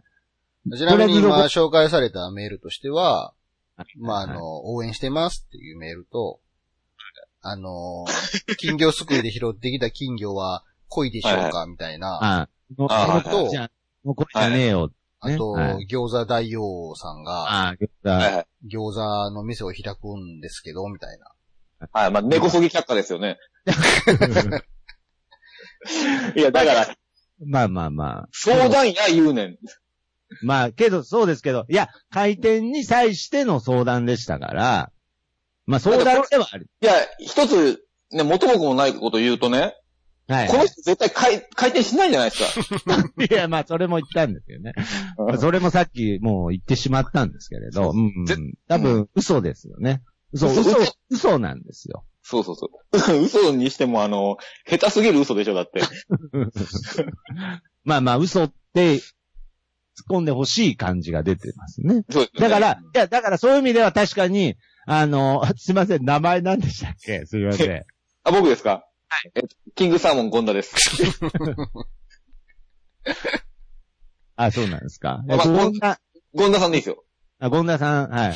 い。
ちなみに
とり
今
あえ
紹介されたメールとしては、
はい
まあ、あ
はい
の、応援してますっていうメールと、あの、金魚すくいで拾ってきた金魚は恋でしょうかみたいな。
あ、こ
あ
の
はいはい
子じゃ、もうこれじゃねえよ。
あと
は、
餃子大王さんが、
あ、
はい
あ
はい。
餃子の店を開くんですけど、みたいな。
はい。まあ、根こそぎ却下ですよね。いや、だから、
[LAUGHS] まあまあまあ。
相談や言うねん。
まあ、けど、そうですけど、いや、回転に際しての相談でしたから、まあ相談ではある。
いや、一つ、ね、元も子もないこと言うとね、
はい。
この人絶対回回転しないじゃな
[LAUGHS]
いですか。
いや、まあ、それも言ったんですよね。 [LAUGHS] それもさっき、もう言ってしまったんですけれど、うん、う
ぜ
ん。多分、嘘ですよね。嘘、
嘘
嘘、嘘なんです [LAUGHS] よ。
そうそうそう。 [LAUGHS] 嘘にしても、あの、下手すぎる嘘でしょ、だって。
まあまあ、嘘って、突っ込んでほしい感じが出てますね。
そうです
だ
ね
から、いや、だからそういう意味では確かに、あの、 [LAUGHS] すいません、名前何でしたっ [LAUGHS] けすいません。
あ、僕ですかはい。えっと、キングサーモンゴンダです。
あ、そうなんですか。
まあ
こんな、
ゴンダさんでいいですよ。
あ、ゴンダさん、はい。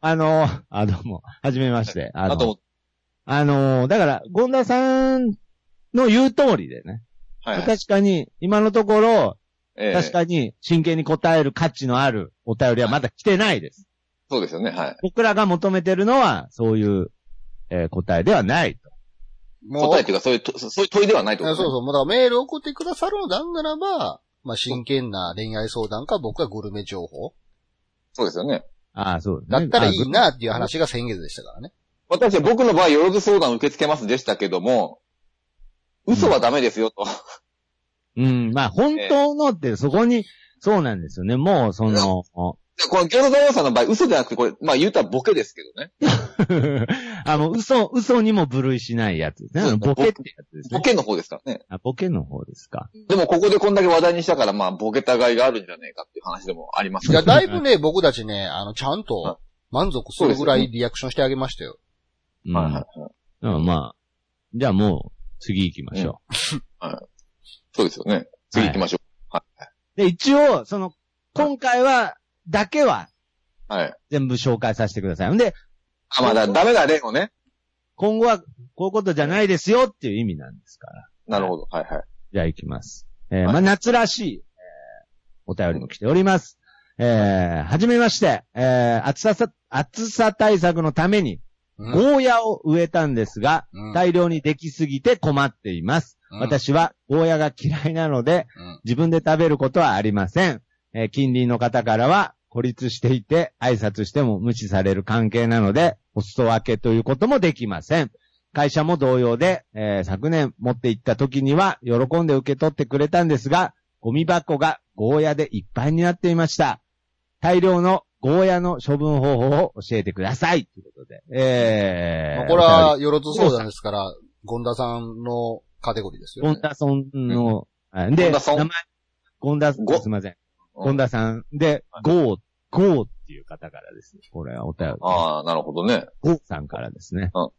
あの、あ、どうも、はじめまして。あ
あ
の、
と、
あの、だから、ゴンダさんの言う通りでね。
はいは
[LAUGHS]
い。
確かに、今のところ、
ええ
確かに真剣に答える価値のあるお便りはまだ来てない
[LAUGHS]
です。
そうですよね、はい。
僕らが求めてるのは、そういう、えー答えではないと。
もう、
答えっていうか、そういうと、そういう問いではないってこ
あ
と
そう
う。
そう、もうだからメール送ってくださるのであんならば、まあ、真剣な恋愛相談か僕はグルメ情報
そうですよね。
ああ、そうです
だ
ね。
ったらいい
あ。
なっていう話が先月でしたからね。
私は僕の場合、よろず相談を受け付けますでしたけども、嘘はダメですよ、と。
ぐうん、まあ、本当のって、そこに、そうなんですよね。もう、その、 [LAUGHS]
この餃子大王さんの場合、嘘じゃなくて、これ、まあ言うたらボケですけどね。
あの、嘘、嘘にも部類しないやつですね。あのボケってやつですね
ボ。ケの方ですからね。
あ、ボケの方ですか。
でもここでこんだけ話題にしたから、まあ、ボケたがいがあるんじゃねえかっていう話でもあります
い
け [LAUGHS] ど
や、だいぶね、僕たちね、あの、ちゃんと満足するぐらいリアクションしてあげましたよ。
うん。
はいはい
だからまあ、じゃあもう、次行きましょ
そうですよね。次行きましょ
う。で、一応、その、今回は、だけは、
う。はい。
全部紹介させてください。んで、
あ、まあ、だダメだ、例をね。
今後は、こういうことじゃないですよっていう意味なんですから。
なるほど。はいはい。
じゃあ行きます。えー
はい
まあ、夏らしい、えーお便りも来ております。えー、はじめまして、えー、暑ささ、暑さ対策のために、
うん
ゴーヤを植えたんですが、
うん
大量にできすぎて困っています。
うん
私はゴーヤが嫌いなので、
うん
自分で食べることはありません。えー近隣の方からは孤立していて、挨拶しても無視される関係なので、お裾分けということもできません。会社も同様で、えー昨年持って行った時には喜んで受け取ってくれたんですが、ゴミ箱がゴーヤでいっぱいになっていました。大量のゴーヤの処分方法を教えてください。ということで。えー
まあ、これは、よろず相談ですから、ゴンダさんのカテゴリーですよ、
ゴ
ね。
ンダソンの、あで、
ゴンダソン
名前、ゴンダ、す
ゴ
みません。
うん
ゴンダさんで、ゴー、ゴーっていう方からですね。これはお便り。
ああ、なるほどね。
ゴーさんからですね。
こ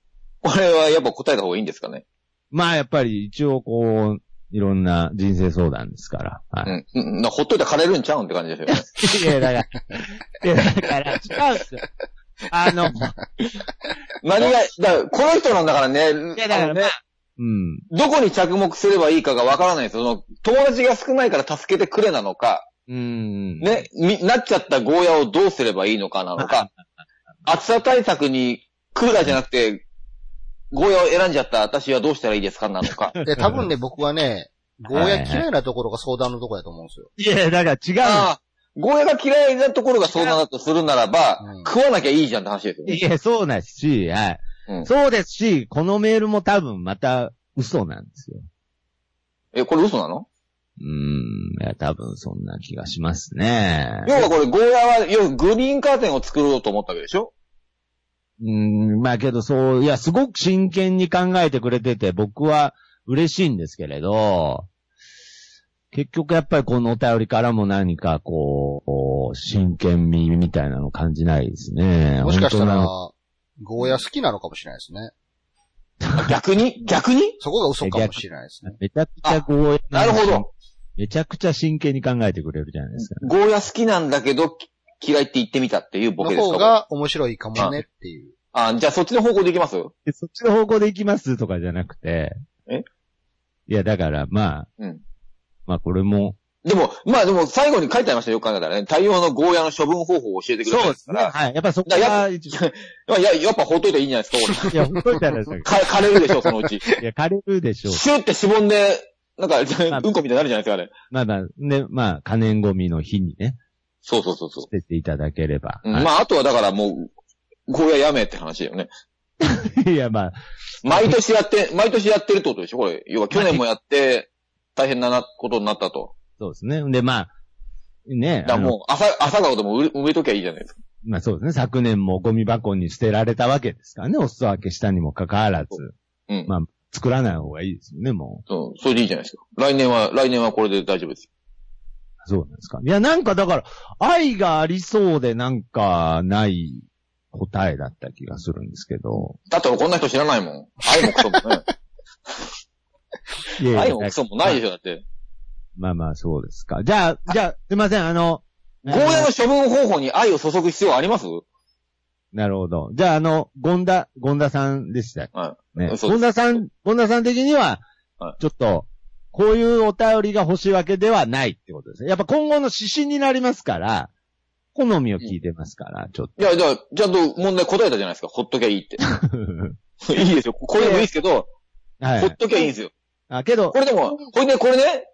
れはやっぱ答えた方がいいんですかね。
まあ、やっぱり一応こう、いろんな人生相談ですから。は
う
い。
ん。うんうん。だからほっといたら枯れるんちゃうんって感じですよね。
いや、だ
[LAUGHS]
から、いや、だから、違うんですよ。あの、
何が、だからこの人なんだからね。
いやだから
あのね。
うん。
どこに着目すればいいかがわからないんですよ。その、友達が少ないから助けてくれなのか、
うん。
ね、み、なっちゃったゴーヤをどうすればいいのかなのか、暑さ対策にクーラーじゃなくて、ゴーヤを選んじゃった私はどうしたらいいですかなの [LAUGHS] か。
で、多分ね、僕はね、ゴーヤ嫌いなところが相談のところやと思うんですよ。
いや、だから
ああ、ゴーヤが嫌いなところが相談だとするならば、
うん
食わなきゃいいじゃんって話ですよ
違う。
ね。
いや、そうだし、はい、
うん
そうですし、このメールも多分また嘘なんですよ。
え、これ嘘なの
うーん、いや、多分そんな気がしますね。
要はこれゴーヤは、要はグリーンカーテンを作ろうと思ったわけでしょ
うーん、まあけどそう、いや、すごく真剣に考えてくれてて、僕は嬉しいんですけれど、結局やっぱりこのお便りからも何かこうこう、真剣味みたいなの感じないですね。
もしかした
本
ら
当な、
ゴーヤ好きなのかもしれないですね。
逆に逆に
そこが嘘かもしれないですね。
めちゃくちゃ強引
なるほど。。
めちゃくちゃ真剣に考えてくれるじゃないですか。
ゴーヤ好きなんだけど、き嫌いって言ってみたっていうボ
の
ケです
方
か
が面白いかもねっていう。
あ、じゃあそっちの方向でいきます
でそっちの方向で行きますとかじゃなくて。
え
いや、だから、まあ、
うん
まあこれも、
でも、まあでも最後に書いてありましたよ、よく考えたらね。対応のゴーヤの処分方法を教えてくれたんですから。
はい。やっぱそこが、い
まあややっぱほっといたらいいんじゃないですかこ
や、ほっといたらさ、 [LAUGHS]
[LAUGHS] れ、か枯れるでしょ、そのうち。
いや、枯れるでしょう。
シューってしぼんで、なんか、
まあ
うんこみたいになるじゃないですか、あれ。
まあまあ、ね、まあ、可燃ゴミの日にね、
そうそうそうそ
捨てていただければ。
う。うんまああとはだからもう、ゴーヤやめって話だよね。
[LAUGHS] い、いや、まあ、
毎年やって、毎年やってるってことでしょこれ。要は去年もやって、大変ななことになったと。
そうですね。で、まあ、ね
だ、から
あの
もう、朝、朝顔でも植え植えときゃいいじゃないですか。
まあそうですね。昨年もゴミ箱に捨てられたわけですからね。お裾分けしたにもかかわらず、
うん。
まあ作らない方がいいですよね、も
そう、それでいいじゃないですか。来年は、来年はこれで大丈夫です。
う。そうなんですか。いや、なんかだから、愛がありそうでなんかない答えだった気がするんですけど。
だってこんな人知らないもん。愛もクソもね。
[LAUGHS] いやいや
愛もクソもないでしょ、だって。
まあまあ、そうですか。じゃあ、じゃあ、すいません、あの、
ゴーヤの処分方法に愛を注ぐ必要あります
なるほど。じゃあ、あの、ゴンダ、ゴンダさんでしたっけ
は
ね。
そうです
ゴンダさん、ゴンダさん的には
は、
ちょっと、こういうお便りが欲しいわけではないってことですね。やっぱ今後の指針になりますから、好みを聞いてますから、ちょっと。
いや、じゃあ、ちゃんと問題答えたじゃないですか。ほっときゃいいって。 [LAUGHS] いいですよ。これでもいいですけど、
[LAUGHS] は
ほっ
い。
ときゃいいんですよ。
あ、けど
こ、れでも、これね、これね、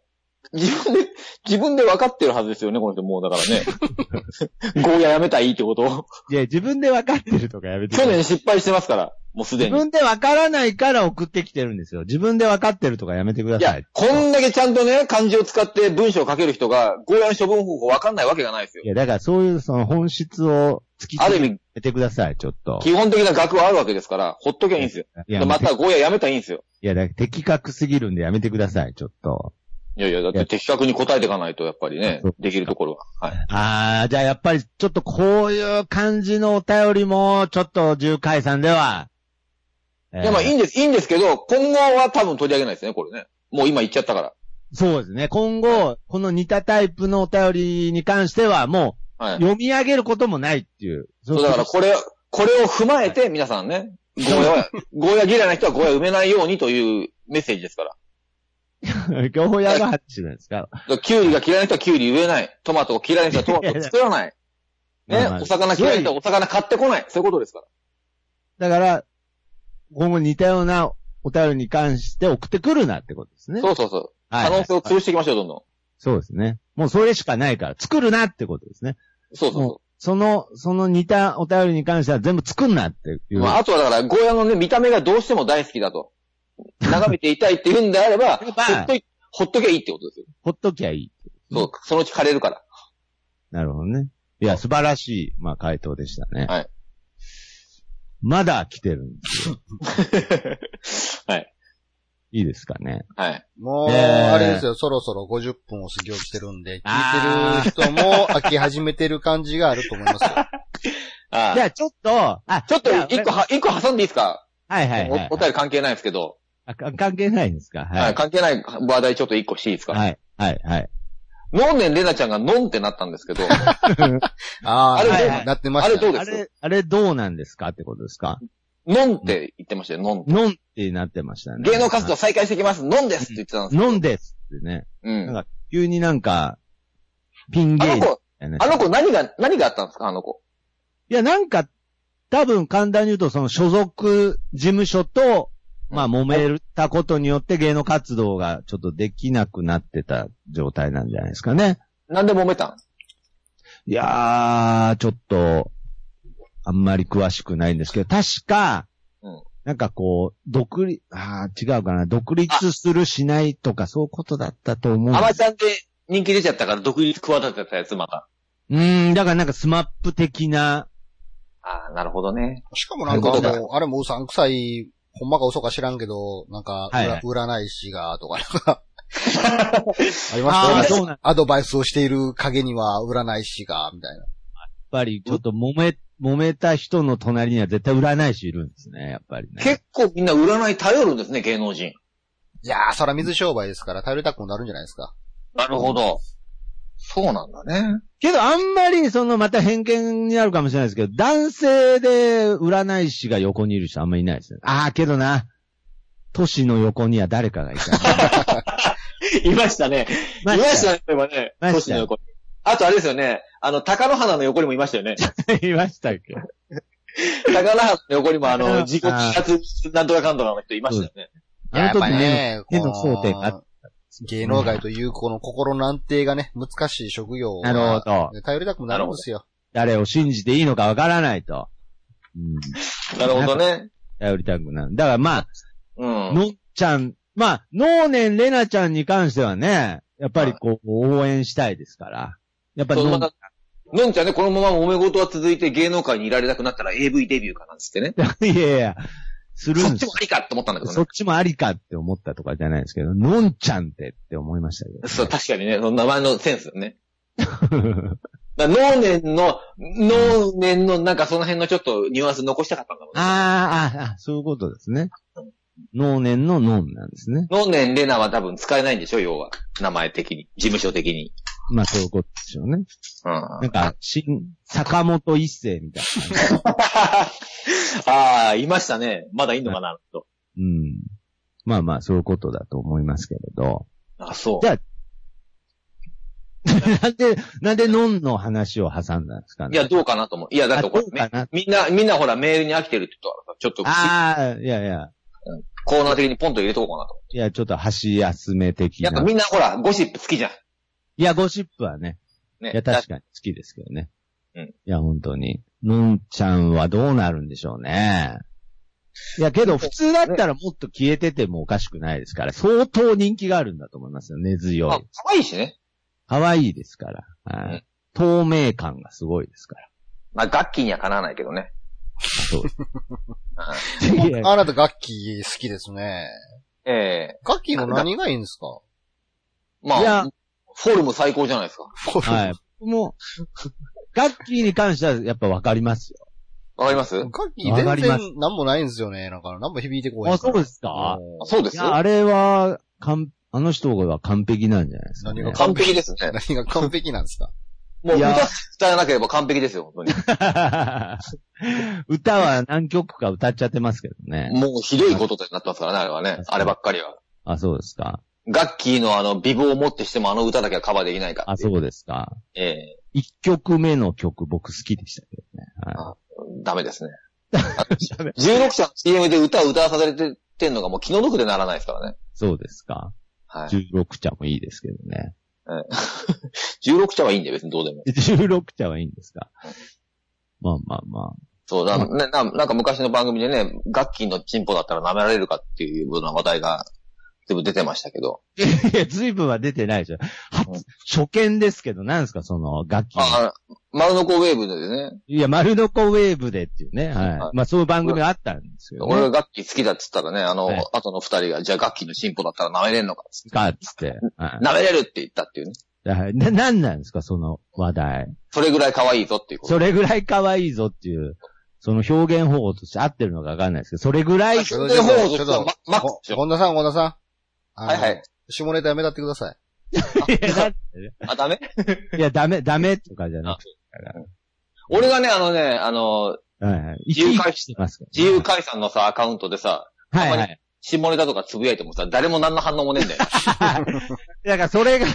自分で、自分で分かってるはずですよね、この人。もうだから
[LAUGHS]
ね。ゴーヤやめたらいいってことを。
いや、自分で分かってるとかやめてくだ
去
さい
年失敗してますから。もうすで
自
に。
分で分からないから送ってきてるんですよ。自分で分かってるとかやめてくだ
い
さ
や
い。、
こんだけちゃんとね、漢字を使って文章を書ける人が、ゴーヤの処分方法分かんないわけがないですよ
い。や、だからそういうその本質を突き
ある
詰
意味、
めてください、ちょっと。
基本的な額はあるわけですから、ほっときゃいいんですよ。
いや、
ま
い
たゴーヤやめたらいいんですよ。
や、だから的確すぎるんでやめてください、ちょっと。
いやいや、だっ
い
て
や
的確に答えていかないと、やっぱりね
そう、
できるところは。はい。
ああ、じゃあやっぱりちょっとこういう感じのお便りも、ちょっと重解散では。えー
いや、まあいいんです、いいんですけど、今後は多分取り上げないですね、これね。もう今言っちゃったから。
そうですね。今後、この似たタイプのお便りに関しては、もう
はい。
読み上げることもないっていう。そ
そうだからこれ、これを踏まえて、皆さんね、ゴーヤは、ゴーヤ嫌いな人はゴーヤ埋めないようにというメッセージですから。
れ。今日やる話なんですか。
だからキュウリが嫌いな人はキュウリ植えない。トマトを嫌いな人はトマトを作らない。
いやい
[LAUGHS]
や
ね
まあま、あ
お魚嫌いな人はお魚買ってこない。そういうことですから。
だから、今後似たようなお便りに関して送ってくるなってことですね。。
そううそうそう。
は
可
い、は
能
い。
性を潰していきましょう、どんど
そうですね。もうそれしかないから、作るなってことですね。
ん。そうそうそう。
その、その似たお便りに関しては全部作んなっていう。
まあ、あとはだから、ゴーヤのね、見た目がどうしても大好き
[LAUGHS]
だと。眺めていたいって言うんであれば、ほ
やっぱ
っとい、ほっとけばいいってことですよ。
ほっときゃいい。
そう、そのうち枯れるから。
なるほどね。いや、素晴らしい、まあ、回答でしたね。
はい。
まだ来てるんです。
はい。
いいですかね。
はい。
もう、
ねえ
あれですよ、そろそろ50分を過ぎ落ちてるんで、聞いてる人も飽き始めてる感じがあると思いますよ。
あ
じゃ
あ
あ、ちょっと、あ、
ちょっと
じゃあ
一個は、一個挟んでいいですか
はいはいはい
おお。便り関係ないですけど。
あか関係ないんですか
は。
はいい。
関係ない話題ちょっと一個していいですか
はい。はい。はい。
ノンネンレナちゃんがノンってなったんですけど、
ああ、
あれ
な
どう
なってまし
あれ
た
どう
ね。
で
あ
す
れ、あれどうなんですかってことですか
飲んって言ってましたよ、飲ん。
飲んってなってましたね。
芸能活動再開してきます、飲んですって言ってたんですよ。
飲んですってね。
うん。
なんか急になんか、ピン
あ
芸
の
人
子、
だよね
あの子何が、何があったんですかあの子。
いや、なんか、多分簡単に言うと、その所属事務所と、まあ、
うん
揉めたことによって芸能活動がちょっとできなくなってた状態なんじゃないですかね。
なんで揉めたん
いやー、ちょっと、あんまり詳しくないんですけど、確か
うん、
なんかこう、独立、あー違うかな、独立するしないとか、そういうことだったと思う。
アマちゃんで人気出ちゃったから独立企てたやつまた。
うーん、だからなんかスマップ的な、
ああ、なるほどね。
しかもなんか
そうだ
もう、あれもうさんくさい、ほんまか嘘か知らんけど、なんか、
はいはい
裏占い師が、とか、 [LAUGHS] なんか、あり
あ
ま
あ、
した
そ
よ
うなん
ね
やっ
アドバイスをしている陰には占い師が、みたいな。
ぱり、ちょっと揉め、揉めた人の隣には絶対占い師いるんですね、やっぱりね。
結構みんな占い頼るんですね、芸能人。
いやー、そら水商売ですから、頼りたくもなるんじゃないですか。
なるほど。そうなんだね。
けど、あんまり、その、また偏見になるかもしれないですけど、男性で占い師が横にいる人あんまりいないですね。ああ、けどな、都市の横には誰かがい [LAUGHS] た。
[LAUGHS] いましたね。いましたね、今ね。
いました
都市の横に。あとあれですよね。あの、高野花の横にもいましたよ [LAUGHS] ね。
いましたっけ
高野花の横にもあ
あー
の、自己自殺なんとかかんとかの人いましたよね。
いや
あの時ね、
やっぱ
目の争点があっ
この芸能界というこの心の安定がね、難しい職業
なるほ
は
ど。
頼りたくもなるんですよ。
誰を信じていいのかわからないと。うん。
なるほどね。
頼りたくなる。だからま
うん
あ、。のっちゃん、まあ、能年レナちゃんに関してはね、やっぱりこう、応援したいですから。やっぱり
そう
の
ま
ん、
たのんちゃんね、このまま揉め事は続いて芸能界にいられなくなったら AV デビューかなんつってね。
[LAUGHS] いやいや、する
そ
ん
っ
です
ちもありかと思ったんだけど
そ
ね
っ。ちもありかって思ったとかじゃないですけど、のんちゃんってって思いましたけど。 [LAUGHS]
そう、確かにね、その名前のセンスよね。だから能年の、能年のなんかその辺のちょっとニュアンス残したかったんだもんね。
あーあ、あ、そういうことですね。能年の能なんですね。
能年レナは多分使えないんでしょ要は。名前的に。事務所的に。
まあそういうことでしょうね。 [LAUGHS]
うん。
なんか、新、坂本一世みたい [LAUGHS] な。
ああ、いましたね。まだいんのかな、あの人
うん。まあまあ、そういうことだと思いますけれど。 [LAUGHS]
あ、そ
じゃなんで、なんでのんの話を挟んだんですか
う。
ね。
いや、どうかなと思う。いや、だってこれ、
あどうかな
ね、みんな、みんなほらメールに飽きてるって言ったからさ、ちょっと
ああ、いやいや。
コーナー的にポンと入れとこうかなと。
いや、ちょっと箸休め的
やっぱ
な。
みんなほら、ゴシップ好きじゃん。
いや、ゴシップはね、
ね。
いや、確かに好きですけどね。
うん
いや、本当に。のんちゃんはどうなるんでしょうね。いや、けど普通だったらもっと消えててもおかしくないですから、相当人気があるんだと思いますよ、根強
まあ
い。、
可愛いしね。
可愛いですから。は
うん
い。透明感がすごいですから。
まあ、楽器にはかなわないけどね。
そうです。いや
あなた楽器好きですね。
ええ
楽器の何がいいんですか
ま
いや
あ、フォルム最高じゃないです
[LAUGHS]
か。
はい。僕もう、楽器に関してはやっぱわかりますよ。
わかります
楽器
わか
全
ります
然何もないんですよね。なんか何も響いてこない。
あ、そう
す
ですか
そうで
い
す
や、あ
よ。
れは、かん、あの人は完璧なんじゃないですかね
何。が
完璧ですね。
[LAUGHS] 何が完璧なんですか
もう
いや
歌伝えなければ完璧ですよ、本当に。
歌は何曲か歌っちゃってますけど [LAUGHS] ね。
もうひどいことになってますからね、あれはね。あればっかりは。
あ、そうですか。
ガッキーのあの、美貌をもってしてもあの歌だけはカバーできないから。
あ、そうですか。
ええ
一曲目の曲僕好きでしたけどね。は
ダメですね。
ダ
[LAUGHS]
メ
16社の CM で歌を歌わされててんのがもう気の毒でならないですからね
い。。そうですか。
はい。
16茶もいいですけどね。
16社はいいんで別にどうでも。
16茶はいいんですか。まあまあま
そうだ、な、ななんか昔の番組でね、ガッキーのチンポだったら舐められるかっていうような話題が、全部出てましたけど。
あ。いや、随分は出てないでしょ。
うん
初、初見ですけど、なんですか、その、楽器の。
ああ、丸の子ウェーブでね、
いや、丸のコウェーブでっていうね。は。
はい
まあ、そういう番組あったんですよ、ね。
俺がガッキー好きだっつったらね、あの、
はい
後の二人が、じゃあガッキーの進歩だったら舐めれんのかっつって
か、つって。はい
舐めれるって言ったっていうね。
はいな、なんなんですか、その話題。
それぐらい可愛いぞっていうこと。
それぐらい可愛いぞっていう、その表現方法として合ってるのかわかんないですけど、それぐらい、
ち
い
ょっ
で
と、
ほぼ
ちょっと
ま、ま [LAUGHS]
こ本田さん、本田さん。あの
はいはい。
下ネタやめたってください。
や [LAUGHS] だって
あ、ダメ
いや、ダメ、ダメとかじゃなくて。
俺がね、あのね、あの、
はいはい。
自由回
してますから
自由解散のさ、アカウントでさ、
はい
た
は
ま
い。
下ネタとかつぶやいてもさ、誰も何の反応もねえんだよ。
[LAUGHS]
だからそれ
[LAUGHS]
が、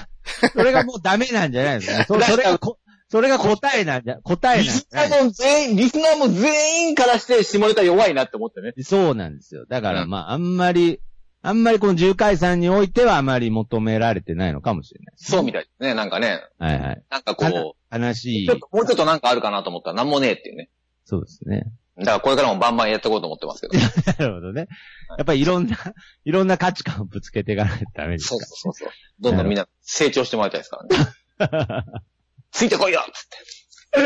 それがもうダメなんじゃないですか。そそれがこ、それが答えなんじゃ、答えなん
リ
じ
ス
ゃな
ナ
い
ーも全員、リスナーも全員からして下ネタ弱いなって思ってね。
そうなんですよ。だから
うん
まあ、あんまり、あんまりこの重解散においてはあまり求められてないのかもしれ
そうみたいですね、なんかね。
ない。はいはい。
なんかこ
悲し
う、
い
ちょっ。ともうちょっとなんかあるかなと思ったら何もねえっていうね。
そうですね。
だからこれからもバンバンやっていこうと思ってますけど。
[LAUGHS] なるほどね。やっぱりいろんな、 [LAUGHS] いろんな価値観をぶつけていかないとダメです
そう
か
そうそう。どんどんみんな成長してもらいたいですからね。 [LAUGHS]
ら。
ついてこいよっつって。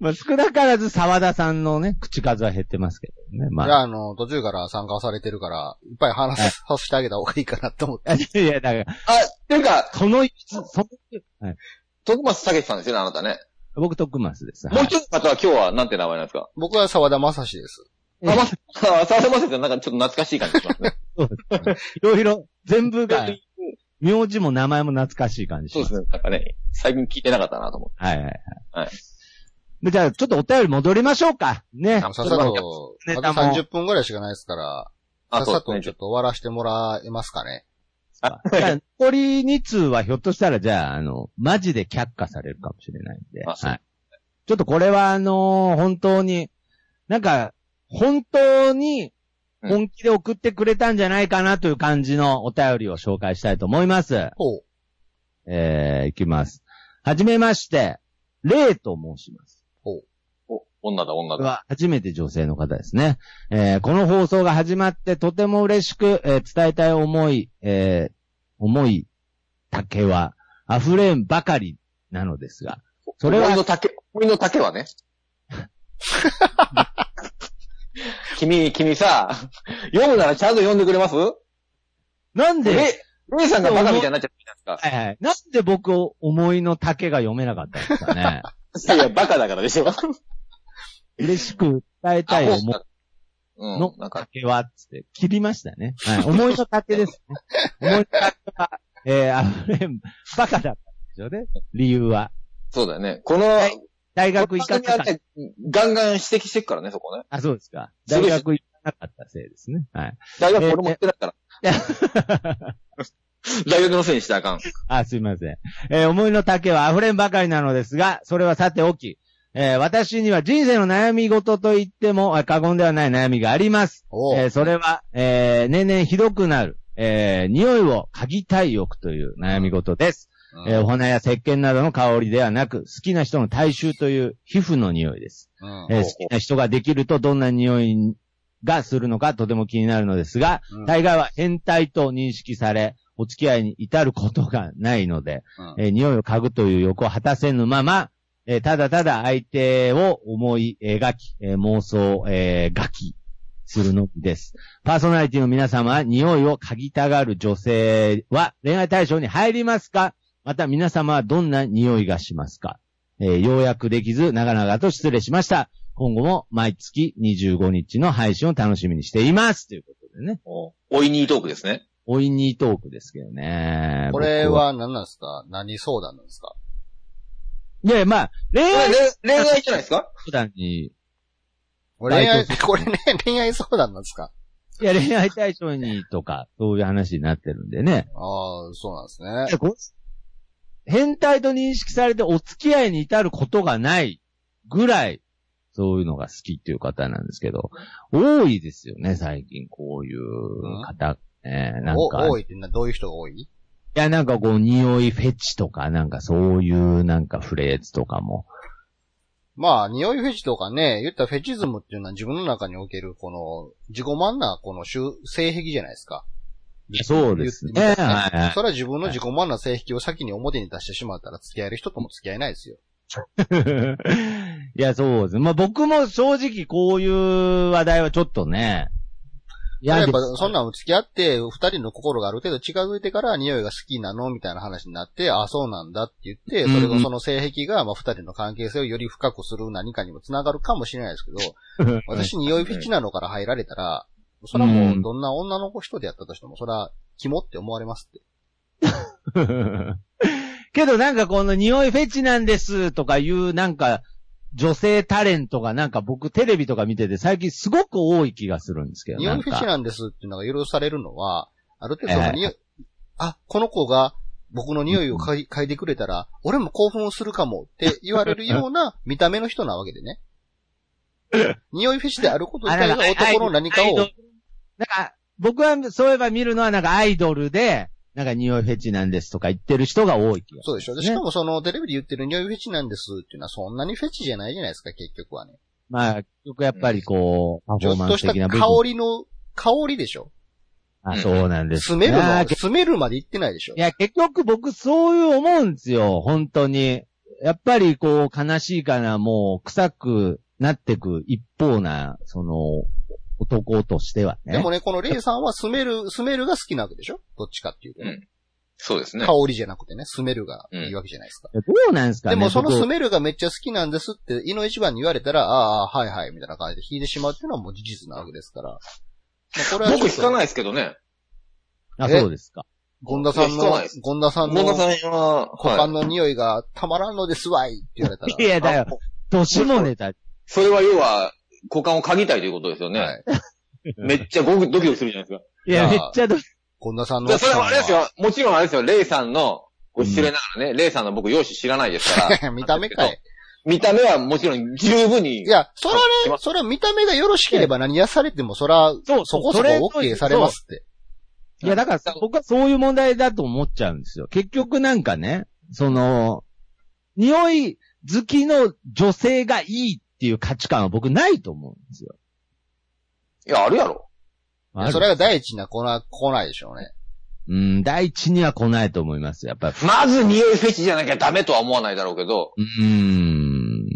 まあ少なからず沢田さんのね、口数は減ってますけどね。ま
い
あ
や、あの、途中から参加されてるから、いっぱい話
はい
させてあげた方がいいかなと思って。
い [LAUGHS] や、いやだから、
あ、っていうか、
その、その、
徳松武さんですよね、あなたね。
僕とクマスです。
もう一つの方は今日はなんて名前なんですか
僕は沢田正史です。
ええ
あ、ま、あ、沢田正史さんなんかちょっと懐かしい感じしますね。
いろいろ、全部が、名字も名前も懐かしい感じし
そう
ま。
ですすね。なんかね、最近聞いてなかったなと思って。
はいはいはい。
はい
でじゃあ、ちょっとお便り戻りましょうか。ね。
さ
あ
っ
そ
さ
れは
と、
ネ
あと
タも
30分ぐらいしかないですから、さ
あ、
っ
そう
さ
です
と
ね。
ち
ち
ょ
ょ
っと終わらせてもらえますかね。
じゃあ残り2通はひょっとしたら、じゃあ、あの、マジで却下されるかもしれないんで。
あそう
はい。ちょっとこれは、あのー本当に、なんか、本当に、
うん
本気で送ってくれたんじゃないかなという感じのお便りを紹介したいと思います。
ほう。
えー、いきます。はじめまして、レイと申します。
お、女だ、女
これ
だ。
は初めて女性の方ですね。えーこの放送が始まってとても嬉しく、えー伝えたい思い、えー思い、竹は溢れんばかりなのですが、それは
思いの丈、思いの
[LAUGHS]
丈はね。君、君さ、読むならちゃんと読んでくれます
なん
え、
で、
レイさんがバカみたいになっちゃったじ
はいはいなんで僕を思いの竹が読めなかったんですか
[LAUGHS]
ね。
ゃないですか。いや、バカだからでしょ。
嬉しく伝えたい思い
うん
の。
なんか、
竹は、つって、切りましたね。はい、思いの竹です
[LAUGHS]
ね。思いの竹は、えー溢れん、バカだったんですよね。理由は。
そうだよね。この、
はい大
こ
学
の
行か
番
な
組は
かった。
ね、ガンガン指摘してっからね、そこね。
あ、そうですか。
そう
大
です
学行かなかったせいですね。はい。
大学俺も行ってないから。 [LAUGHS] 大学のせいにしてあかん。
あ、すいません。えー思いの丈は溢れんばかりなのですが、それはさておき、えー私には人生の悩み事と言ってもあ過言ではない悩みがあります。
おう。
えーそれは、えー年々ひどくなる、えー匂いを嗅ぎたい欲という悩み事です。
うん
えーお花や石鹸などの香りではなく、好きな人の体臭という皮膚の匂いです。
うん
えー好きな人ができるとどんな匂いがするのかとても気になるのですが、
うん
大概は変態と認識され、お付き合いに至ることがないので、
うん
えー匂いを嗅ぐという欲を果たせぬまま、えーただただ相手を思い描き、えー妄想、えー、描きするのみです。パーソナリティの皆様、匂いを嗅ぎたがる女性は恋愛対象に入りますかまた皆様はどんな匂いがしますかえー要約できず、長々と失礼しました。今後も毎月25日の配信を楽しみにしています。ということでね。
おいにートークですね。
おいにートークですけどね。
これ
僕。
は何なんですか何相談なんですか
いやいや、まあ、恋
こ
愛
れれ恋愛じゃないですか
相談に、
これ恋愛、
バイ
これね、恋愛相談なんですか
いや、恋愛対象にとか、そういう話になってるんでね。
ああ、そうなんですね。
こ変態と認識されてお付き合いに至ることがないぐらい、そういうのが好きっていう方なんですけど、多いですよね、最近、こういう方。ね、なん
お
か、
多
い
いってなどういう人が多い
や、なんかこう、匂いフェチとか、なんかそういうなんかフレーズとかも。
まあ、匂いフェチとかね、言ったらフェチズムっていうのは自分の中における、この、自己満な、この種、性癖じゃないですか。
そうですね。
言ってみたら
はいはい
それは自分の自己満な性癖を先に表に出してしまったら付き合える人とも付き合えないですよ。
[LAUGHS] いや、そうです。まあ僕も正直こういう話題はちょっとね。い
やっ
で
ぱ
す、
そんなの付き合って、二人の心がある程度近づいてから匂いが好きなのみたいな話になって、あ、そうなんだって言って、そ
うん
れ
う
が
ん
その性癖が、まあ二人の関係性をより深くする何かにも繋がるかもしれないですけど、
[LAUGHS]
私匂いフェチなのから入られたら、それはもうどんな女の子人でやったとしても、それは肝って思われますって。
けどなんかこの匂いフェチなんですとかいうなんか、女性タレントがなんか僕テレビとか見てて最近すごく多い気がするんですけど。
匂
ないん
フェチ
か
なんですっていうのが許されるのは、ある程度そ
え
の
え
匂い、あ、この子が僕の匂いを嗅い嗅いでくれたら、俺も興奮するかもって言われるよう [LAUGHS] な見た目の人なわけで [LAUGHS] ね。匂いフェチであること自体が男の何か
アイドル、な
を
んか、僕はそういえば見るのはなんかアイドルで、なんか匂いフェチなんですとか言ってる人が多い気が
そうでしょ。で
ね
しかもそのテレビで言ってる匂いフェチなんですっていうのはそんなにフェチじゃないじゃないですか、結局はね。
まあ、結局やっぱりこう、
ち
パフォ
ょっ
ーマ
と
ン
し
ス
た
的な
香
部分。
りの、香りでしょ。
あそうなんです
ス
ね、
メルの
あ、ー
スメルまで言ってないでしょ
い。や、結局僕そういう思うんですよ、本当に。やっぱりこう、悲しいかな、もう、臭くなってく一方な、その、男としてはね。
でもね、このレイさんはスメル、スメルが好きなわけでしょどっちかっていうとね。
そうですね。
香りじゃなくてね、スメルがいいわけじゃないですか。
どうなんですかね
でもその
僕
スメルがめっちゃ好きなんですって、井の一番に言われたら、ああ、はいはい、みたいな感じで引いてしまうっていうのはもう事実なわけですから。まあ、これはちょっと
僕引かないですけどね。
あ、
え
そうですか。
権田さん
いや引か
の
ないです、
権田さん
本田さ
の
んは、
股間
は
の匂いがたまらんのですわいって言われたら。
い
[LAUGHS]
や、だよ、
い。
年もネタ。
それは要は、股間を嗅ぎたいということですよね。
はい。
めっちゃごくドキドキするじゃない [LAUGHS] ですか。
いや、
い
めっ
や
ちゃど、
権田さんの
で
奥
それ
さん
はあれです
は。
よ。もちろんあれですよ。レイさんの、ご知れながらね、レイさんの僕容姿知らないです [LAUGHS] から、
[LAUGHS] 見た目かい。
見た目はもちろん十分に。
いや、そらね
来ま、す
そら見た目がよろしければ何やされても、そら、
そう
そこそこ OK されま。すって。
そういや、だから
そう
僕はそういう問題だと思っちゃうんですよ。結局なんかね、その、匂い好きの女性がいいっていう価値観は僕ないと思うんですよ。
いや、あるやろ。
ある
それが第一には来な、来ないでしょうね。
うん、第一には来ないと思います。やっぱり。
まず匂いフェチじゃなきゃダメとは思わないだろうけど、
うん。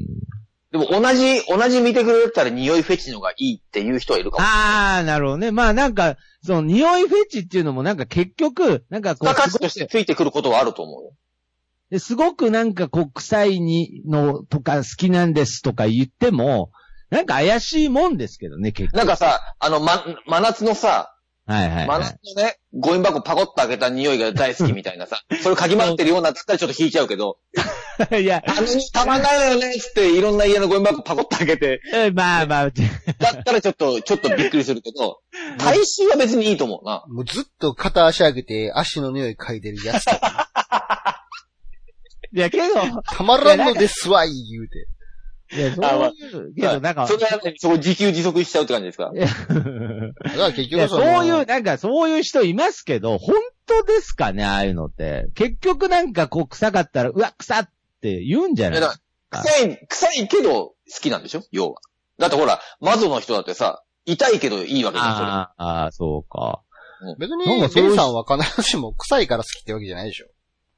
でも同じ、同じ見てくれたら匂いフェチの方がいいっていう人はいるかも。
あー、なるほどね。まあなんか、その匂いフェチっていうのもなんか結局、なんかこ
付加
う、
価
すご
値としてついてくることはあると思うよ。
ですごくなんかこう、臭いにのとか好きなんですとか言っても、なんか怪しいもんですけどね、結局。
なんかさ、あの、ま、真夏のさ、
はいはい、
真
は
夏
い。
のね、ゴミ箱パコッと開けた匂いが大好きみたいなさ、それ嗅ぎ回ってるようなだったらちょっと引いちゃうけど、
[LAUGHS] いや、
あの、たまんないのよねっつっていろんな家のゴミ箱パコッと開けて、
えまあま [LAUGHS] あ、
だったらちょっと、ちょっとびっくりするけど、体臭は別にいいと思うな。
もうずっと片足上げて足の匂い嗅いでるやつとか、
いや、けど、
たまらんのですわい、言う
[LAUGHS]
て。
いや、
あまあ
そういう、けどなんか、
それはね、そこ自給自足しちゃうって感じですか。
だから結
いや
局その、
そういう、なんかそういう人いますけど、本当ですかね、ああいうのって。結局なんかこう臭かったら、うわ、臭って言うんじゃない
いやだ臭い、臭いけど好きなんでしょ要は。だってほら、魔女の人だってさ、痛いけどいいわけじゃん、それ。
あーあー、そうか。
別
なんか
に、
そういう
ベンさんは必ずしも臭いから好きってわけじゃないでしょ。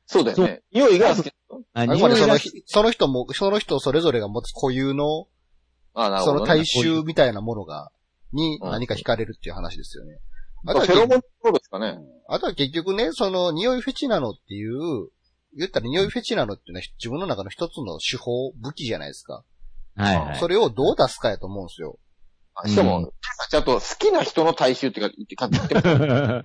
そうだよね。匂いが好き。
あ
あくまでその
が
日、その人も、その人それぞれが持つ固有の、
ああ、なる
そ
ほ
の
ど、ね。
体臭みたいなものが、に
うん
何か惹かれるっていう話ですよね。あ
あ
と
と
は
フェロモンのことですかね。
あとは結局ね、その匂いフェチなのっていう、言ったら匂いフェチなのっていうのは自分の中の一つの手法、武器じゃないですか。
はいはい
そ。れをどう出すかやと思うんですよ。
あしかも、
うん
ちゃんと好きな人の体臭ってか言って
[LAUGHS]
書いてある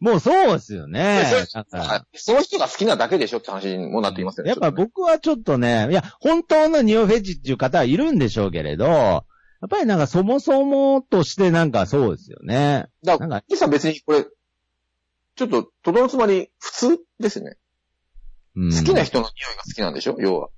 もうそうですよね
それ。
だから
はいその人が好きなだけでしょって話にもなっていますよね。
やっぱ
ちょとね
僕はちょっとね、いや、本当の匂いフェチっていう方はいるんでしょうけれど、やっぱりなんかそもそもとしてなんかそうですよね。
だ
な
か
ん
ら、
か、
実は別にこれ、ちょっと、とどのつまり普通ですね。
うん
好きな人の匂いが好きなんでしょ要は。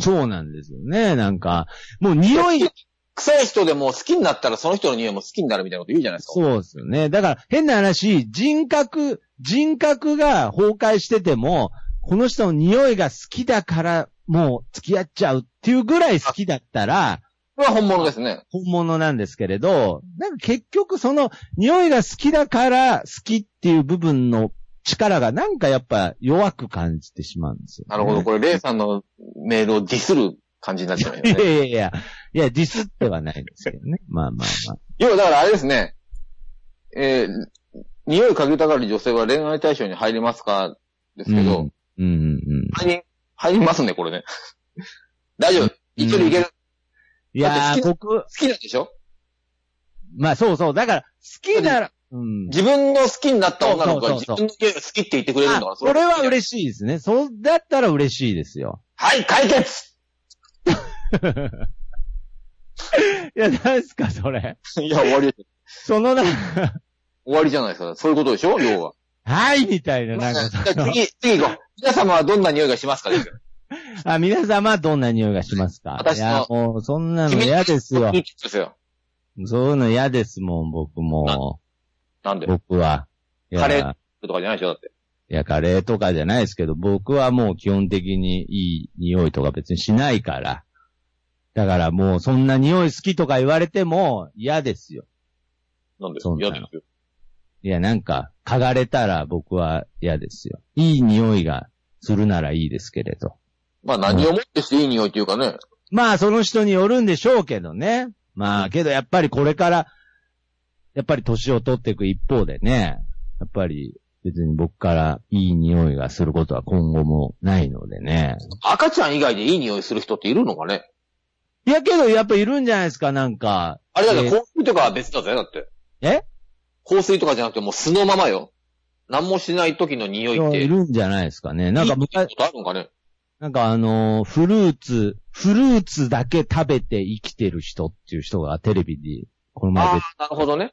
そうなんですよね。なんか、もう匂い、
臭い人でも好きになったらその人の匂いも好きになるみたいなこと言うじゃないですか。
そうですよね。だから変な話、人格、人格が崩壊してても、この人の匂いが好きだから、もう付き合っちゃうっていうぐらい好きだったら、
これは本物ですね。
本物なんですけれど、なんか結局その匂いが好きだから好きっていう部分の力がなんかやっぱ弱く感じてしまうんですよ、
なるほど。。これ、レイさんのメールをディスる感じになっちゃうよ
[LAUGHS] いや
ね。
いやいや、いや、ディスってはないんですけどね。まあまあまあ。
要は、だからあれですね。えー、匂い嗅ぎたがる女性は恋愛対象に入りますか [LAUGHS] ですけど、
うん、うんうん。
入り、入りますね、これね。 [LAUGHS] 大丈夫。一応いける。好
いやー、
だ
僕、
きなんでしょ
まあそうそう。だから、好きなら、うん。
自分の好きになった女の子が
そう
自
そう
分の匂いが好きって言ってくれるんだから、
あそれは
しい。
嬉しいですね。そう、だったら嬉しいですよ。
はい、解決
いや、何すか、それ。
[LAUGHS] いや、終わりです。
そのな、 [LAUGHS]
終わりじゃないですか。そういうことでしょ要は。
はいみたいな、
じゃ
なんか、
あ次、次行こう。皆様はどんな匂いがしますかですよ
あ、皆様どんな匂いがしますか
私
い
の
や、もう、そんなの嫌ですよ
そう。いうことですよ。
そういうの嫌ですもん、僕も。
なんで
僕は。いや
カレーとかじゃないでしょだって。
いや、カレーとかじゃないですけど、僕はもう基本的にいい匂いとか別にしないから。だからもうそんな匂い好きとか言われても嫌ですよ。
なんで
そうな
嫌
の
ですよ。
いや、なんか、嗅がれたら僕は嫌ですよ。いい匂いがするならいいですけれど。
まあ何をもってしていい匂いっていうかね。
まあ、その人によるんでしょうけどね。まあ、けどやっぱりこれから、やっぱり年を取っていく一方でね、やっぱり別に僕からいい匂いがすることは今後もないのでね。
赤ちゃん以外でいい匂いする人っているのかね
いやけどやっぱいるんじゃないですか、なんか。
あれだって
えー
香水とかは別だぜ、だって。
え
香水とかじゃなくてもう素のままよ。何もしない時の匂いっ
い
て。
るんじゃないですかね。なんか
いい
昔、
ことあるのかね
なんかあのーフルーツ、フルーツだけ食べて生きてる人っていう人がテレビに、この前
あ
で、
あ、なるほどね。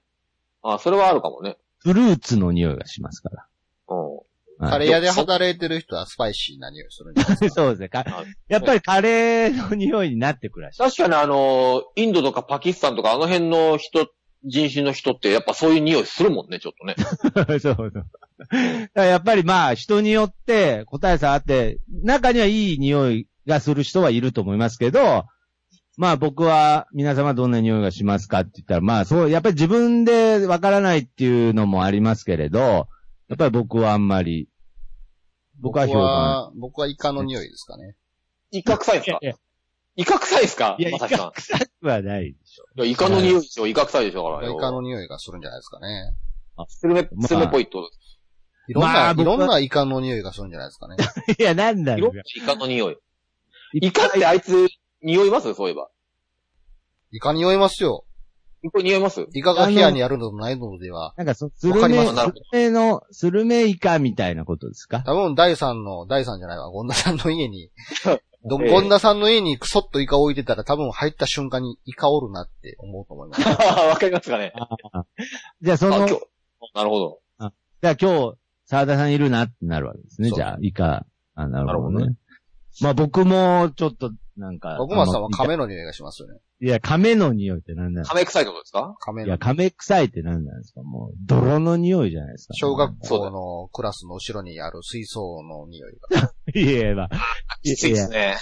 ああ、それはあるかもね。
フルーツの匂いがしますから。
う
はい
カレー屋で働いてる人はスパイシーな匂いするんじゃない
[LAUGHS]
です
[LAUGHS]
か。
そうですね。か
んあ。
やっぱりカレーの匂いになってくらしい。
確かにあの、インドとかパキスタンとかあの辺の人、人種の人ってやっぱそういう匂いするもんね、ちょ
[LAUGHS]
っとね。
そうそう。だからやっぱりまあ人によって答え差あって、中にはいい匂いがする人はいると思いますけど、まあ僕は皆様どんな匂いがしますかって言ったら、まあそう、やっぱり自分でわからないっていうのもありますけれど、やっぱり僕はあんまり、僕は
僕
評判。
は、僕はイカの匂いですかね。
イカ臭いんすか
いやい
イカ臭いんすか
いや、い
ま
や
さき
イ
さん
カ。臭くはないでしょ。
いやイカの匂いでしょ、イカ臭いでしょ、だから
イ
よ。
カの匂いがするんじゃないですかね。
スルメ、スルメっぽいってことです。
いろんな、
まあ
い
僕は
ろんなイカの匂いがするんじゃないですかね。
いや、なんだ
い
ろ
ろ
うん
なイカの匂い。イカってあいつ、匂いますそういえば。
イカ匂いますよ。
イカ匂います
イカが部屋にあるのとないのでは、
なんかそ、スル
わかり
メ、
ま
ス
す
ルメの、スルメイカみたいなことですか
多分、第三の、第三じゃないわ、ゴンダさんの家
[LAUGHS]
に、ど
ええ
ゴンダさんの家にクソッとイカ置いてたら、多分入った瞬間にイカおるなって思うと思いま
[LAUGHS]
す。
わかりますかねあ、
じゃあそ
今
の、
日。なるほど。
じゃあ今日、沢田さんいるなってなるわけですね。
そう
じゃあ、以下。あ、なるほど
なるほど
ね。まあ僕も、ちょっと、なんか。
僕松さんは
あの
亀の匂いがしますよね。
いや、亀の匂いって何なんです
亀臭いってことですか
亀
かい
の
や、。亀臭いって何なんですかもう、泥の匂いじゃないですか。
小学校のクラスの後ろにある水槽の匂いが。
[LAUGHS] いや、まあ、いや
きついですね。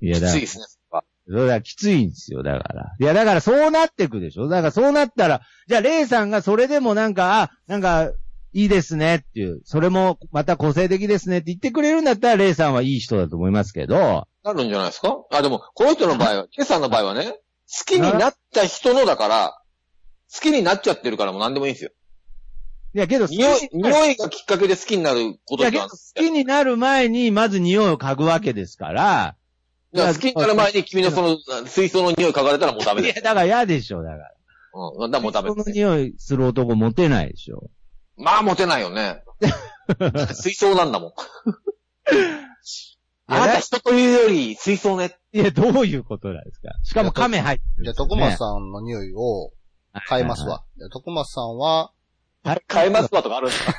い
き
や、だ
つ
から、
いですね。そ
そうだ、きついんですよ、だから。いや、だからそうなってくでしょだからそうなったら、じゃあ、レイさんがそれでもなんか、あ、なんか、いいですねっていう、それもまた個性的ですねって言ってくれるんだったら、レイさんはいい人だと思いますけど、
うなるんじゃないですかあ、でも、この人の場合は、ケイさんの場合はね、好きになった人のだから、好きになっちゃってるからもう何でもいいんですよ。
いや、けど、
匂い、匂いがきっかけで好きになる
い
こと
や、
じ
けど
ゃん
好。きになる前に、まず匂いを嗅ぐわけですから。
だから好きになる前に君のその水槽の匂い嗅がれたらもうダメ
い
で
や、
す。
だから嫌でしょ、だから。
うん、だからもうダメ
人
で
の
す。
匂いする男モテないでしょ。
まあ、モテないよ
[LAUGHS]
ね。だって水槽なんだもん。あなた人というより水槽ね。
いや、どういうことなんですかしかも亀入ってる
じゃあ、
ですよ
徳
ね、
松さんの匂いを変えます
はい。
わ。じゃあ徳松さんは、
はい
変えますわとかあるんですか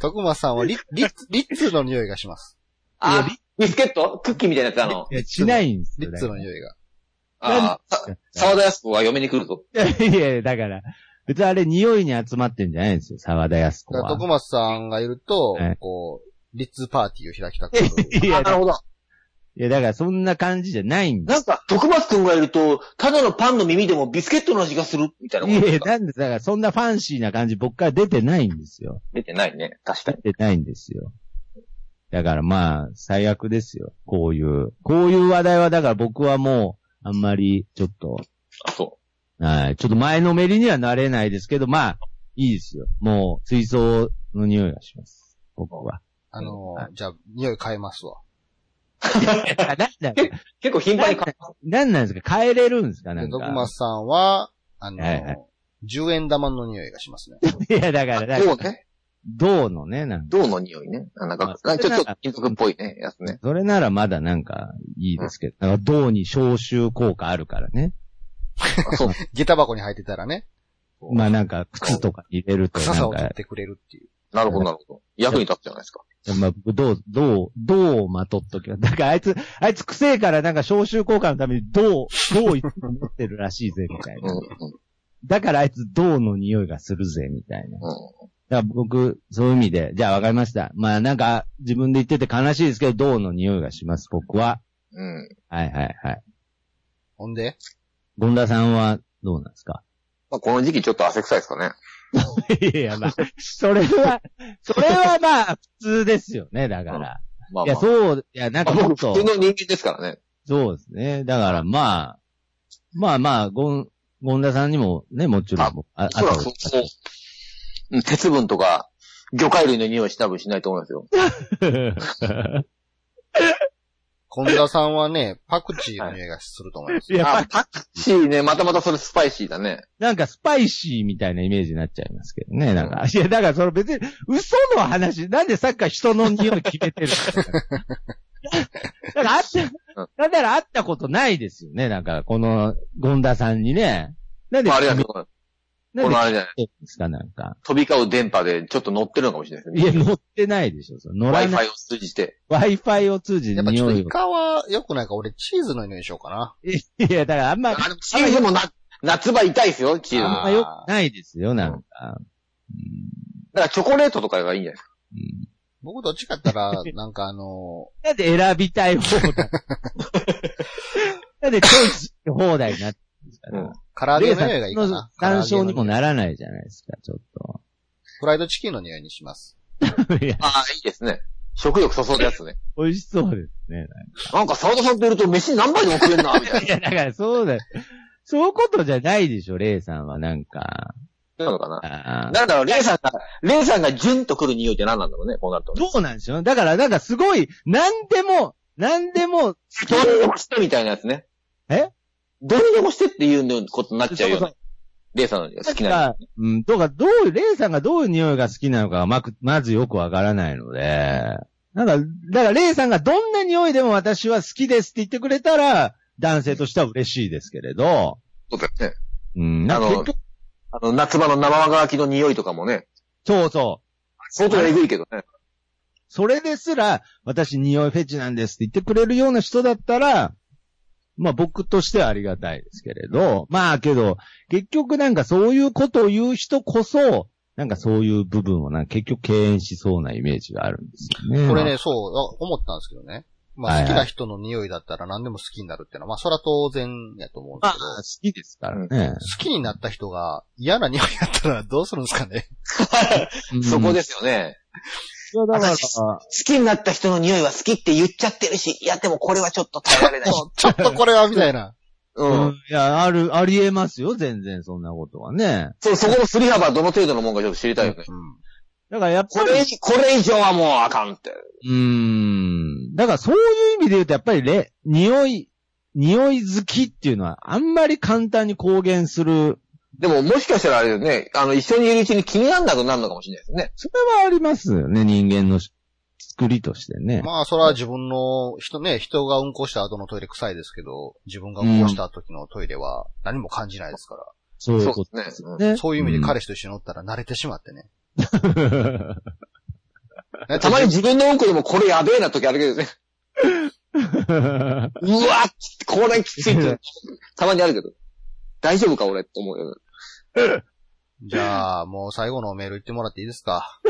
徳松さん
[LAUGHS]
はリッ、リッ、リッツの匂いがします。
あ、ビスケットクッキーみたいなやつあの。
いや、しないんです
リ
よ。
ッ
だ
ツ
か
の
ら
匂いが。
ああ、さ沢田康子が嫁に来るぞ。
いやいや、だから、別にあれ匂いに集まってんじゃないんですよ、沢田康子
だから
は
徳。松さんがいると
はい、
こう、リッツパーティーを開きたくな
[LAUGHS]
る。
いや、
あ
だ
ほど。
いやだからそんな感じじゃないんです
なんか、徳松くんがいると、ただのパンの耳でもビスケットの味がするみたいなこ
い
とです
や、
か
なんで、だからそんなファンシーな感じ僕から出てないんですよ。
出てないね。確かに。
出てないんですよ。だからまあ、最悪ですよ。こういう。こういう話題は、だから僕はもう、あんまり、ちょっと、
あ、そ
はい、ちょっと前のめりにはなれないですけど、まあ、いいですよ。もう、水槽の匂いがします。僕は。
あの
は、
じゃあ、匂い変えますわ。
なんなん
う。結構頻繁に買
なんなんですか変えれるんですかな
で
んか。
徳松さんは、あの
はいはい、
10円玉の匂いがしますね。
[LAUGHS] いや、だから、だから
そうね。
銅のね、なんか。
銅の匂いね。あなんか、
あ
ちょ、ちょっと金属っぽいね、やつね。
それならまだなんかいいですけど、だから銅に消臭効果あるからね。
あそう。
下駄箱に入ってたらね、
まあなんか靴とかに入れると
臭
な
さ
ん
を取っ
か、
てくれるっていう。
なるほど、なるほど。役に立つじゃないですか。
まあ銅、銅、銅をまとっと [LAUGHS] きゃ。だからあいつ、あいつ癖えからなんか消臭効果のために銅、銅いつも持ってるらしいぜ、みたい
うん、う
な。
ん、
だからあいつ銅の匂いがするぜ、みたいな。
うん。
だから僕、そういう意味で、じゃあわかりました。まあなんか自分で言ってて悲しいですけど、銅の匂いがします、僕は。
うん。
はいはいはい。
ほんで、
ゴンダさんはどうなんですか
まあ、この時期ちょっと汗臭いですかね。
[LAUGHS] いやいや、まあ、それは、それはまあ、普通ですよね、だから。
まあ、まあ、
いや、そう、いや、なんか
ま
も
あ
っ
僕
と
普通、の人間ですからね。
そうですね。だからまあ、まあまあ、ゴン、ゴンダさんにもね、もちろん、あ
あそら、
と
そう、そう。うん鉄分とか、魚介類の匂いし多分しないと思いますよ。
本田さんはね、パクチーの匂いがすると思いま
[LAUGHS]
す。
いや
あ、パクチーね、またまたそれスパイシーだね。
なんかスパイシーみたいなイメージになっちゃいますけどね。なんか、いや、だからその別に嘘の話、なんでさっきから人の匂い決めてる
[LAUGHS]
のだからあった、なんなら会ったことないですよね。なんか、この、ゴンダさんにね。なんで、
まあ、あれだ
な
け
ん
ど、
で決
このあれじゃない。
めてるんですか、なんか。
飛び交う電波でちょっと乗ってるのかもしれないで
い
す
や、
ね。
乗ってないでしょ。その乗らない。
Wi-Fi を通じて。
Wi-Fi を通じ
や
て
っぱちょっ
匂
と
い
イ
を。
カは良くないから俺チーズの匂いにしようかな。
いや、だからあんま、
あの、チーズもな、夏場痛いですよ、チーズも。
あんま良くないですよ、なんか。
だからチョコレートとかがいいんじゃないですか。
うんうん
僕どっちかっ
[LAUGHS]
て言ったら、なんかあの
なんで選びたい放
[LAUGHS]
題なんでチョイスして放題になってるんですかね。
ー、唐揚げの匂いがいい
レ
か
イさんの
な。
干渉にも
い。
ならないじゃないですか、ちょっ
フライドチキンの匂いにします。
と。 [LAUGHS] いや、
ああ、いいですね。食欲そそるや
[LAUGHS]
つね。
美味しそうですね。
なんか沢田さんといると飯何杯でも食えるな、みたい
いや、だからそうだよ。そういうことじゃないでしょ、レイさんはなんか。
な。なのかな。
あー
なんだろう、レイさんが、レイさんがジュンと来る匂いって何なんだろうね、こうなるとね。
どうなんでしょうだから、なんかすごい、なんでも、なんでも、
どん汚してみたいなやつね。
え
どん汚してっていうことになっちゃうよう
そ
な。レイさんが好きな
なんか、うん、とか、どういう、レイさんがどういう匂いが好きなのかがまく、まずよくわからないので、なんか、だからレイさんがどんな匂いでも私は好きですって言ってくれたら、男性としては嬉しいですけれど、
そうだよね。
うん、なんか
あの
結局、
あの、夏場の生乾きの匂いとかもね、
そうそう。
相当えぐいけど [LAUGHS] ね。
それですら、私匂いフェチなんですって言ってくれるような人だったら、まあ僕としてはありがたいですけれど、まあけど、結局なんかそういうことを言う人こそ、なんかそういう部分をなんか結局敬遠しそうなイメージがあるんですよね。
これね、そう、あ思ったんですけどね。ま
はい
あ、
は
好
い
きな人の匂いだったら何でも好きになるってのは、まあ、それは当然やと思うんで
まあ
すけど、
好きですからね。
好きになった人が嫌な匂いだったら [LAUGHS] どうするんですか
[LAUGHS]
ね
そこですよね。
うん。いやだ
[LAUGHS]
から、
好きになった人の匂いは好きって言っちゃってるし、いやでもこれはちょっと耐えられない。
ちょっとこれは、みたいな。
う
うん
ん。
いや、ある、ありえますよ、全然そんなことはね。
そう、そこのすり幅はどの程度のもんかちょっと知りたいよね。
う
だからやっ
こ
ぱり、
れ、これ以上はもうあかんって。
うーん。だからそういう意味で言うと、やっぱりれ、匂い、匂い好きっていうのは、あんまり簡単に公言する、
でももしかしたらあれだよね、あの、一緒にいるうちに気にならなくなるのかもしれないですね。
それはありますよね、人間のし作りとしてね。
ん、まあ、それは自分の、人ね、人がうんこした後のトイレ臭いですけど、自分がうんこした時のトイレは何も感じないですから。
そういう
そ
こ
う
と
ですね。うん
ね。
そういう意味で
ん
彼氏と一緒に乗ったら慣れてしまってね。
[LAUGHS]
たまに自分のうんこでもこれやべえな時あるけどね。うわこれきつい [LAUGHS] って。たまにあるけど。大丈夫か俺って思うよね。
[LAUGHS] じゃあ、もう最後のメール言ってもらっていいで
[LAUGHS]
すか。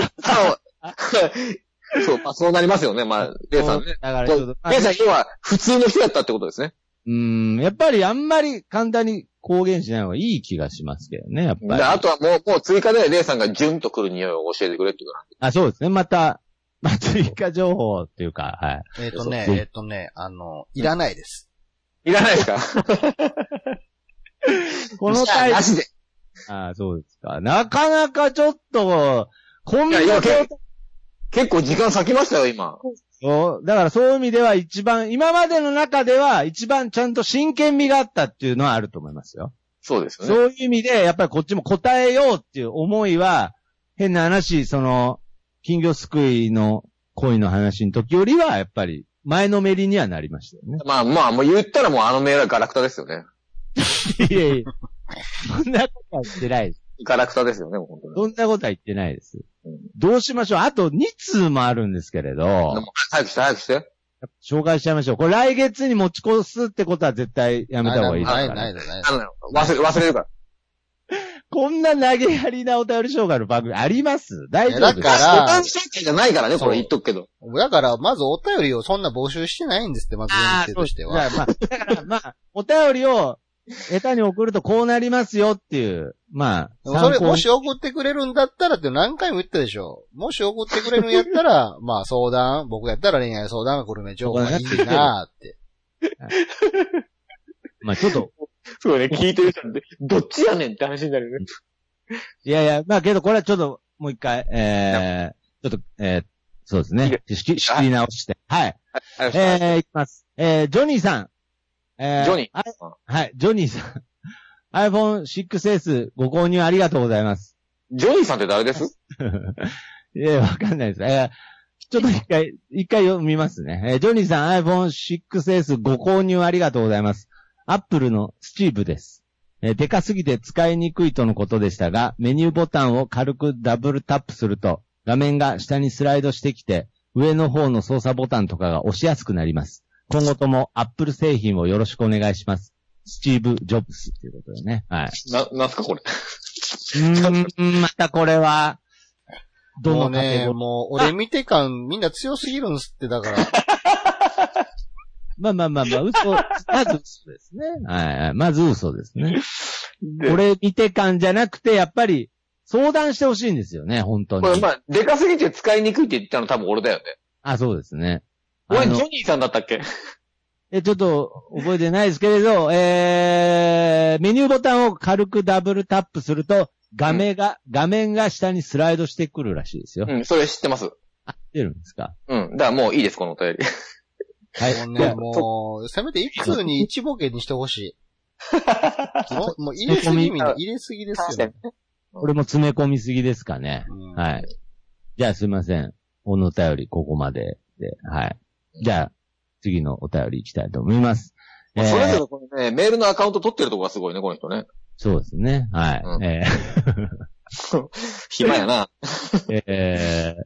あの [LAUGHS] そう、まあそうなりますよね。まあ、レイさんね。
だからちょっと、
レイさん、要は普通の人だったってことですね。
うーん、やっぱりあんまり簡単に公言しない方がいい気がしますけどね、やっぱり。
であとはもう、もう追加でレイさんがジュンと来る匂いを教えてくれっていうか
あ、そうですね、また、 [LAUGHS] まあ、追加情報っていうか、はい。
えっ、とね、
そう
えっ、とね、あの、いらないです。
いらないですか
このタイ
なしで。
あそうですか。なかなかちょっと、こんない
やいや
状態
結構時間割きましたよ、今。
をだからそういう意味では一番、今までの中では一番ちゃんと真剣味があったっていうのはあると思いますよ。
そうですよね。
そういう意味で、やっぱりこっちも答えようっていう思いは、変な話、その、金魚すくいの恋の話の時よりは、やっぱり、前のめりにはなりましたよ
[LAUGHS]
ね。
まあまあ、もう言ったらもうあのメールはガラクタですよね。
いやいや。そんなことは言ってないです。
ガラクタですよね、もう本当に。
そんなことは言ってないです
うん。
どうしましょうあと2通もあるんですけれど
で。も早くして、早くして。
紹介しちゃいましょう。これ来月に持ち越すってことは絶対やめた方がいいですか
な
ら、
い、ない、ない、ない。
あのね、忘れ、忘れるから。
こんな投げやりなお便り紹介の番組あります大丈夫です
だから
保管紹介じゃないからね、これ言っとくけど。
だから、まずお便りをそんな募集してないんですって、まず前提としては。
あーそうですじゃあまあ、だからまあ、お便りを下手に送るとこうなりますよっていう、ま
でも
あ、
そ
参
れ、
考
も
に
し送ってくれるんだったらって何回も言ったでしょ。もし送ってくれるんやっ
[LAUGHS]
たら、まあ相談、僕やったら恋愛相談が来るめ情報がいいなーって。
まあちょっと、
そうね、聞いてる人って、どっちやねんって話になるよね。
いやいや、まあけどこれはちょっと、もう一回、えー、ちょっと、えー、そうですね。仕切仕切り直して。はい。
早くして
えー、いきます。えー、ジョニーさん。え
ジョニー
ー。はい、ジョニーさん。iPhone6S ご購入ありがとうございます。
ジョニーさんって誰です
いや、わかんないです。えーちょっと一回、一回読みますね。えージョニーさん iPhone6S ご購入ありがとうございます。アップルのスチーブです。えーでかすぎて使いにくいとのことでしたが、メニューボタンを軽くダブルタップすると、画面が下にスライドしてきて、上の方の操作ボタンとかが押しやすくなります。今後ともアップル製品をよろしくお願いします。スチーブ・ジョブスっていうことでね。はい。
な、なんすかこれ。
うーん、またこれは、ど
も
の
う
カテゴリ
ね、
ー
もう俺見て感みんな強すぎるんすって、だから。
まあまあまあまあ、
[LAUGHS]
嘘、まず嘘ですね。はいはい、まず嘘ですね。
で
これ見て感じゃなくて、やっぱり、相談してほしいんですよね、本当
これ
に。
まあ、でかすぎて使いにくいって言ったの多分俺だよね。
あ、そうですね。あ
俺、ジ
の
ョニーさんだったっけ
え、ちょっと、覚えてないですけれど、えー、メニューボタンを軽くダブルタップすると、画面が、画面が下にスライドしてくるらしいですよ。
うん、それ知ってます。
合ってるんですか
うん。だからもういいです、このお便り。
はい。
もう
い
ね、
や
もう、せめて一通に一ボケにしてほ
[LAUGHS]
しい。もうもう入れすぎ、みんな入れすぎですよ、ね。
これも詰め込みすぎですかね。
うん
はい。じゃあすいません。おの便りここまでで、はい。じゃあ、次のお便り行きたいと思います。えー
[LAUGHS] それぞれこのね、メールのアカウント取ってるとこがすごいね、この人ね。
そうですね。はい。
うん
え
暇やな。
ーえー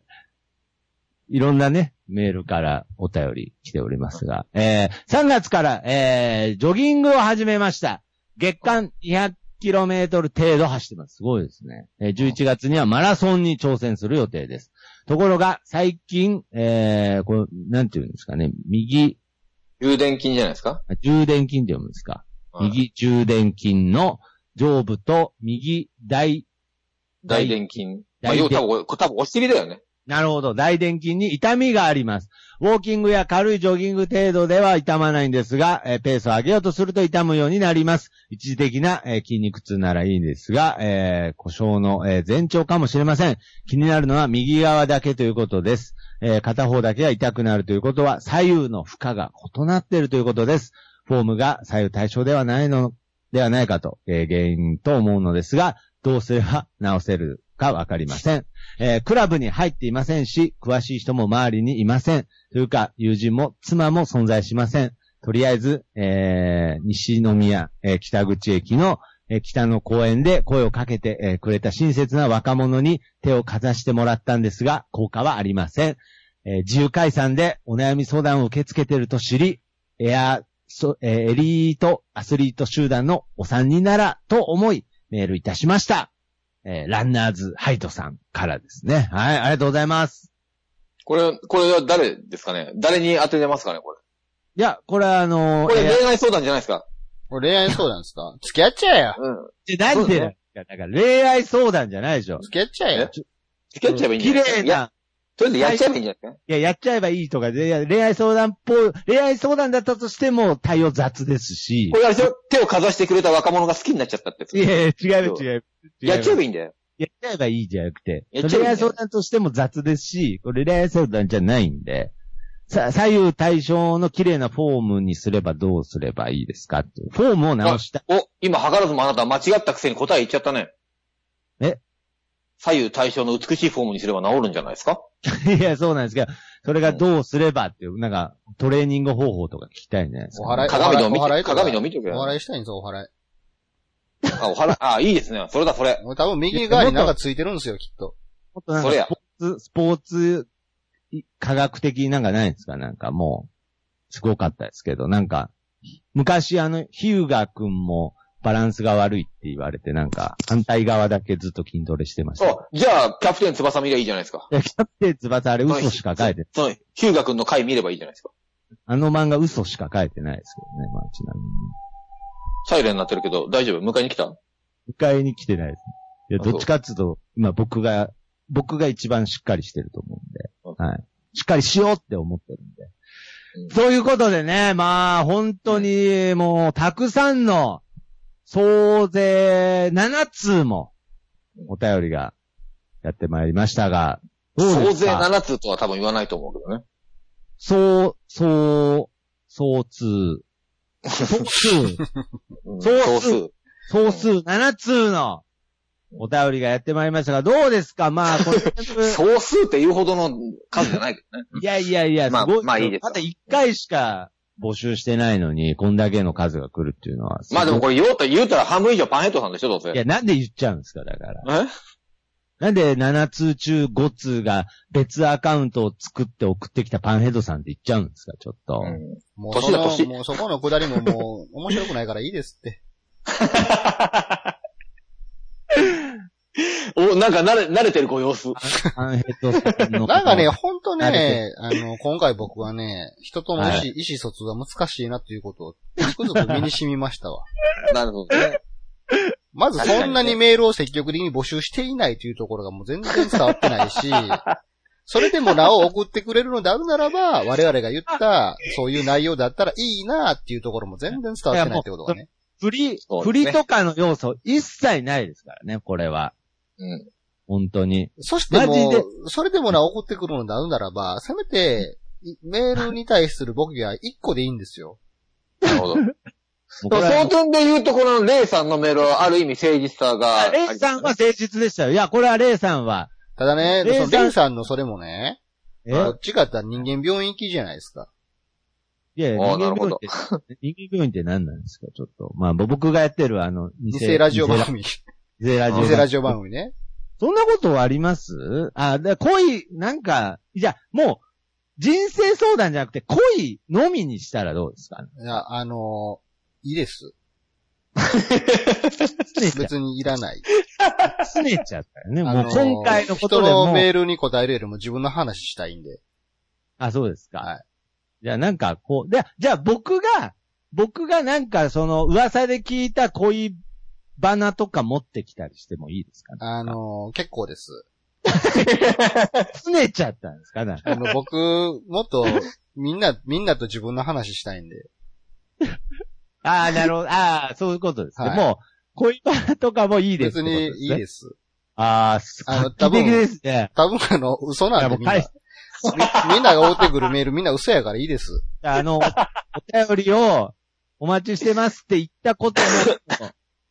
いろんなね、メールからお便り来ておりますが、えー3月から、えージョギングを始めました。月間 200km 程度走ってます。すごいですね。えー11月にはマラソンに挑戦する予定です。ところが、最近、えーこの、なんていうんですかね、右、
充電金じゃないですか。
充電筋って読むんですか。右充電筋の上部と右大、
大電金。まあ、
大
要
電
は多分これ、多分お尻だよね。
なるほど、大電筋に痛みがあります。ウォーキングや軽いジョギング程度では痛まないんですが、えーペースを上げようとすると痛むようになります。一時的な、えー筋肉痛ならいいんですが、えー故障の、えー前兆かもしれません。気になるのは右側だけということです。えー片方だけが痛くなるということは、左右の負荷が異なっているということです。フォームが左右対称ではないのではないかと、えー原因と思うのですが、どうすれば治せるかわかりません。えークラブに入っていませんし、詳しい人も周りにいません。というか、友人も妻も存在しません。とりあえず、えー西宮、えー北口駅の、えー北の公園で声をかけて、えーくれた親切な若者に手をかざしてもらったんですが、効果はありません。えー自由解散でお悩み相談を受け付けていると知り、エア、そえーエリートアスリート集団のお三人ならと思い、メールいたしました。えーランナーズハイトさんからですね。はい、ありがとうございます。
これ、これは誰ですかね誰に当ててますかねこれ。
いや、これはあのー、
これ
えー
恋愛相談じゃないですか。
これ恋愛相談ですか付き合っちゃえや
うん。
じゃあなんでなんですかだから恋愛相談じゃないでしょ。
付き合っちゃえや
付き合っちゃえばいいんじ
綺
ゃないですか
麗
いや、
な、
とりあえずやっちゃえばいいんじゃないですか
いや、やっちゃえばいいとかで、いや恋愛相談っぽい、恋愛相談だったとしても対応雑ですし
こ、れあれでしょ手をかざしてくれた若者が好きになっちゃったってやつ
いやいや、違う違う。違う
やっちゃえばいいんだよ。
やっちゃえばいいじゃなくて、
やっちゃえばいい
恋愛相談としても雑ですし、これ恋愛相談じゃないんで、さ、左右対称の綺麗なフォームにすればどうすればいいですかっていう。フォームを直したい
お、今、図らずもあなたは間違ったくせに答え言っちゃったね。
え
左右対称の美しいフォームにすれば治るんじゃないですか
[LAUGHS] いや、そうなんですけど、それがどうすればっていう、なんか、トレーニング方法とか聞きたいね。
お祓い、
鏡の見
お祓い
て、
とか
鏡の見てくれ
お。祓いしたいんですよ、お祓い。
あ、お腹あ、いいですね。それだ、それ。
もう多分右側になんかついてるんですよ、きっと。
もっとなん
それ
か
や
スポーツ、スポーツ、い科学的なんかないんですかなんかもう、すごかったですけど、なんか、昔あの、ヒューガー君もバランスが悪いって言われて、なんか、反対側だけずっと筋トレしてました。
そう。じゃあ、キャプテン翼見りゃいいじゃないですか。
いや、キャプテン翼あれ嘘しか書いて、
その、ヒューガ君の回見ればいいじゃないですか。
あの漫画嘘しか書いてないですけどね、まあちなみに。
サイレンになってるけど、大丈夫迎えに来た
迎えに来てないです。いや、
あそう
どっちかっていうと、今僕が、僕が一番しっかりしてると思うんで、はい。しっかりしようって思ってるんで。そういうことでね、まあ、本当に、もう、たくさんの、総勢7通も、お便りが、やってまいりましたが、どう
総
です
勢
か
7通とは多分言わないと思うけどね。
総、総、総通、
[LAUGHS]
総通、
うん
総数
総数。
総数7通の、お便りがやってまいりましたが、どうですか
[LAUGHS]
まあ、これ、
総数っていうほどの数じゃないけどね。
いやいやいや、
まあ
すご
まあいいですよ
だって1回しか募集してないのに、こんだけの数が来るっていうのは。
まあでも
こ
これ言おうと言うたら半分以上パンヘッドさんでしょ、どうせ。
いや、なんで言っちゃうんですか、だから。
え
なんで7通中5通が別アカウントを作って送ってきたパンヘッドさんって言っちゃうんですか、ちょっと。
うん
もうそ
年だ
の、
年
もうそこのくだりももう面白くないからいいですって。
[LAUGHS]
[LAUGHS] お、なんか慣れ、慣れてるご様子。
パンヘッドさ
[LAUGHS]
んの。
なんかね、、ほんと
慣
ね
れ、
あの、今回僕はね、人との意思、
は
意思疎通は難しいなということを、つくづく身に染みましたわ。
なるほどね。
まずそんなにメールを積極的に募集していないというところがもう全然伝わってな
[LAUGHS]
いし、それでもなお送ってくれるのであるならば、我々が言った、そういう内容だったらいいなっていうところも全然伝わってないってことがね。
振り、
そう
振
ですね
りとかの要素一切ないですからね、これは。
うん。
本当に。
そして
マジ
も
で
う、それでもなお送ってくるのであるならば、せめて、いメールに対する僕が1個でいいんですよ。
なる [LAUGHS] ほど。で
もうこれ
も
は
その点で言うと、このレイさんのメールはある意味誠実さが。
レイさんは誠実でしたよ。いや、これはレイさんは、
ただね、
レイさ
その
ん
レイさんのそれもね、
え
どっちかって言ったら人間病院行きじゃないですか。
いやいや、
あー
人間病院って、人間病院って何なんですか、ちょっと。まあ、ぼ僕がやってるあの、
偽ラジオ番
番
組。
偽ラジオ
偽ラジオ番組ね。
そんなことありますあ、で恋、なんか、じゃあもう、人生相談じゃなくて、恋のみにしたらどうですか、
いや、あのーいいです。
すねちゃ
別にいらない。
う、
[LAUGHS]
すねちゃったよね。
あ
も
の
う
ー
今回のこ
人
とで
の
も、
メールに答えるよりも自分の話したいんで。
あ、そうですか。
は
じゃあなんか、こう、で、じゃあ僕が、僕がなんかその噂で聞いた恋バナとか持ってきたりしてもいいですか
あのー結構です。
すねちゃったんですかなんか
あの、僕、も
[LAUGHS]
っと、みんな、みんなと自分の話したいんで。
ああ、なるほど。ああ、そういうことですね。
はい
もう、恋バナとかもいいです
別にいい
す。
です。
ああ、す
あの
画期的ですね。
多分あの、嘘
い
なん
や、も
で
う
みんな。
返し
みみんなが追ってくるメールみんな嘘やからいいです。
あの、おお便りをお待ちしてますって言ったことも、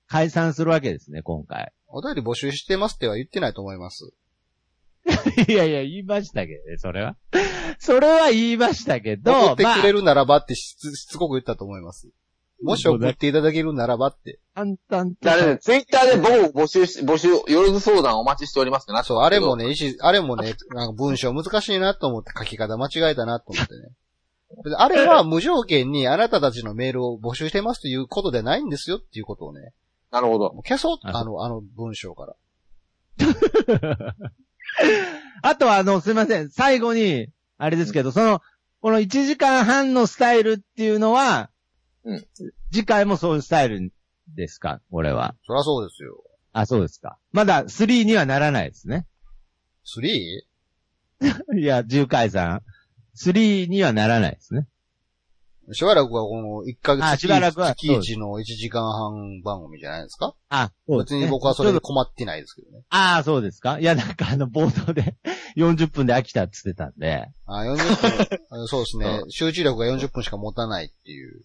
解散するわけですね、今回。
お便り募集してますっては言ってないと思います。
いやいや、言いましたけどね、それは。それは言いましたけ
送っ
ど、
て
まあ
く、れるならばってしつしつこく言ったと思います。もし送っていただけるならばって。
簡単と。
誰で、ツイッターで僕を募集し、募集、よろず相談お待ちしておりますってな
そう、あれも。ね、意思あれも
[LAUGHS]
ね、なんか文章難しいなと思って書き方間違えたなと思ってね。別にあれは無条件にあなたたちのメールを募集してますということでないんですよっていうことをね、
なるほど。
もう消そう、
あそう
あの、あの文章から。
あとは、あの、すいません。最後に、あれですけど、その、この1時間半のスタイルっていうのは、
うん
次回もそういうスタイルですかこれは。
そりゃそうですよ。
あ、そうですか。まだ3にはならないです
[LAUGHS]
ね。
3?
いや、10回さん。3にはならないですね。
しばらくはこの1ヶ月
あしばらくは
月1の1時間半番組じゃないですか
あ、そうです
別
ね
に僕はそれで困ってないですけどね。
ああ、そうですかいや、なんかあの、冒頭で [LAUGHS] 40分で飽きたって言ってたんで。 [LAUGHS]
あ、40分、あそうですね。集中力が40分しか持たないっていう。
うん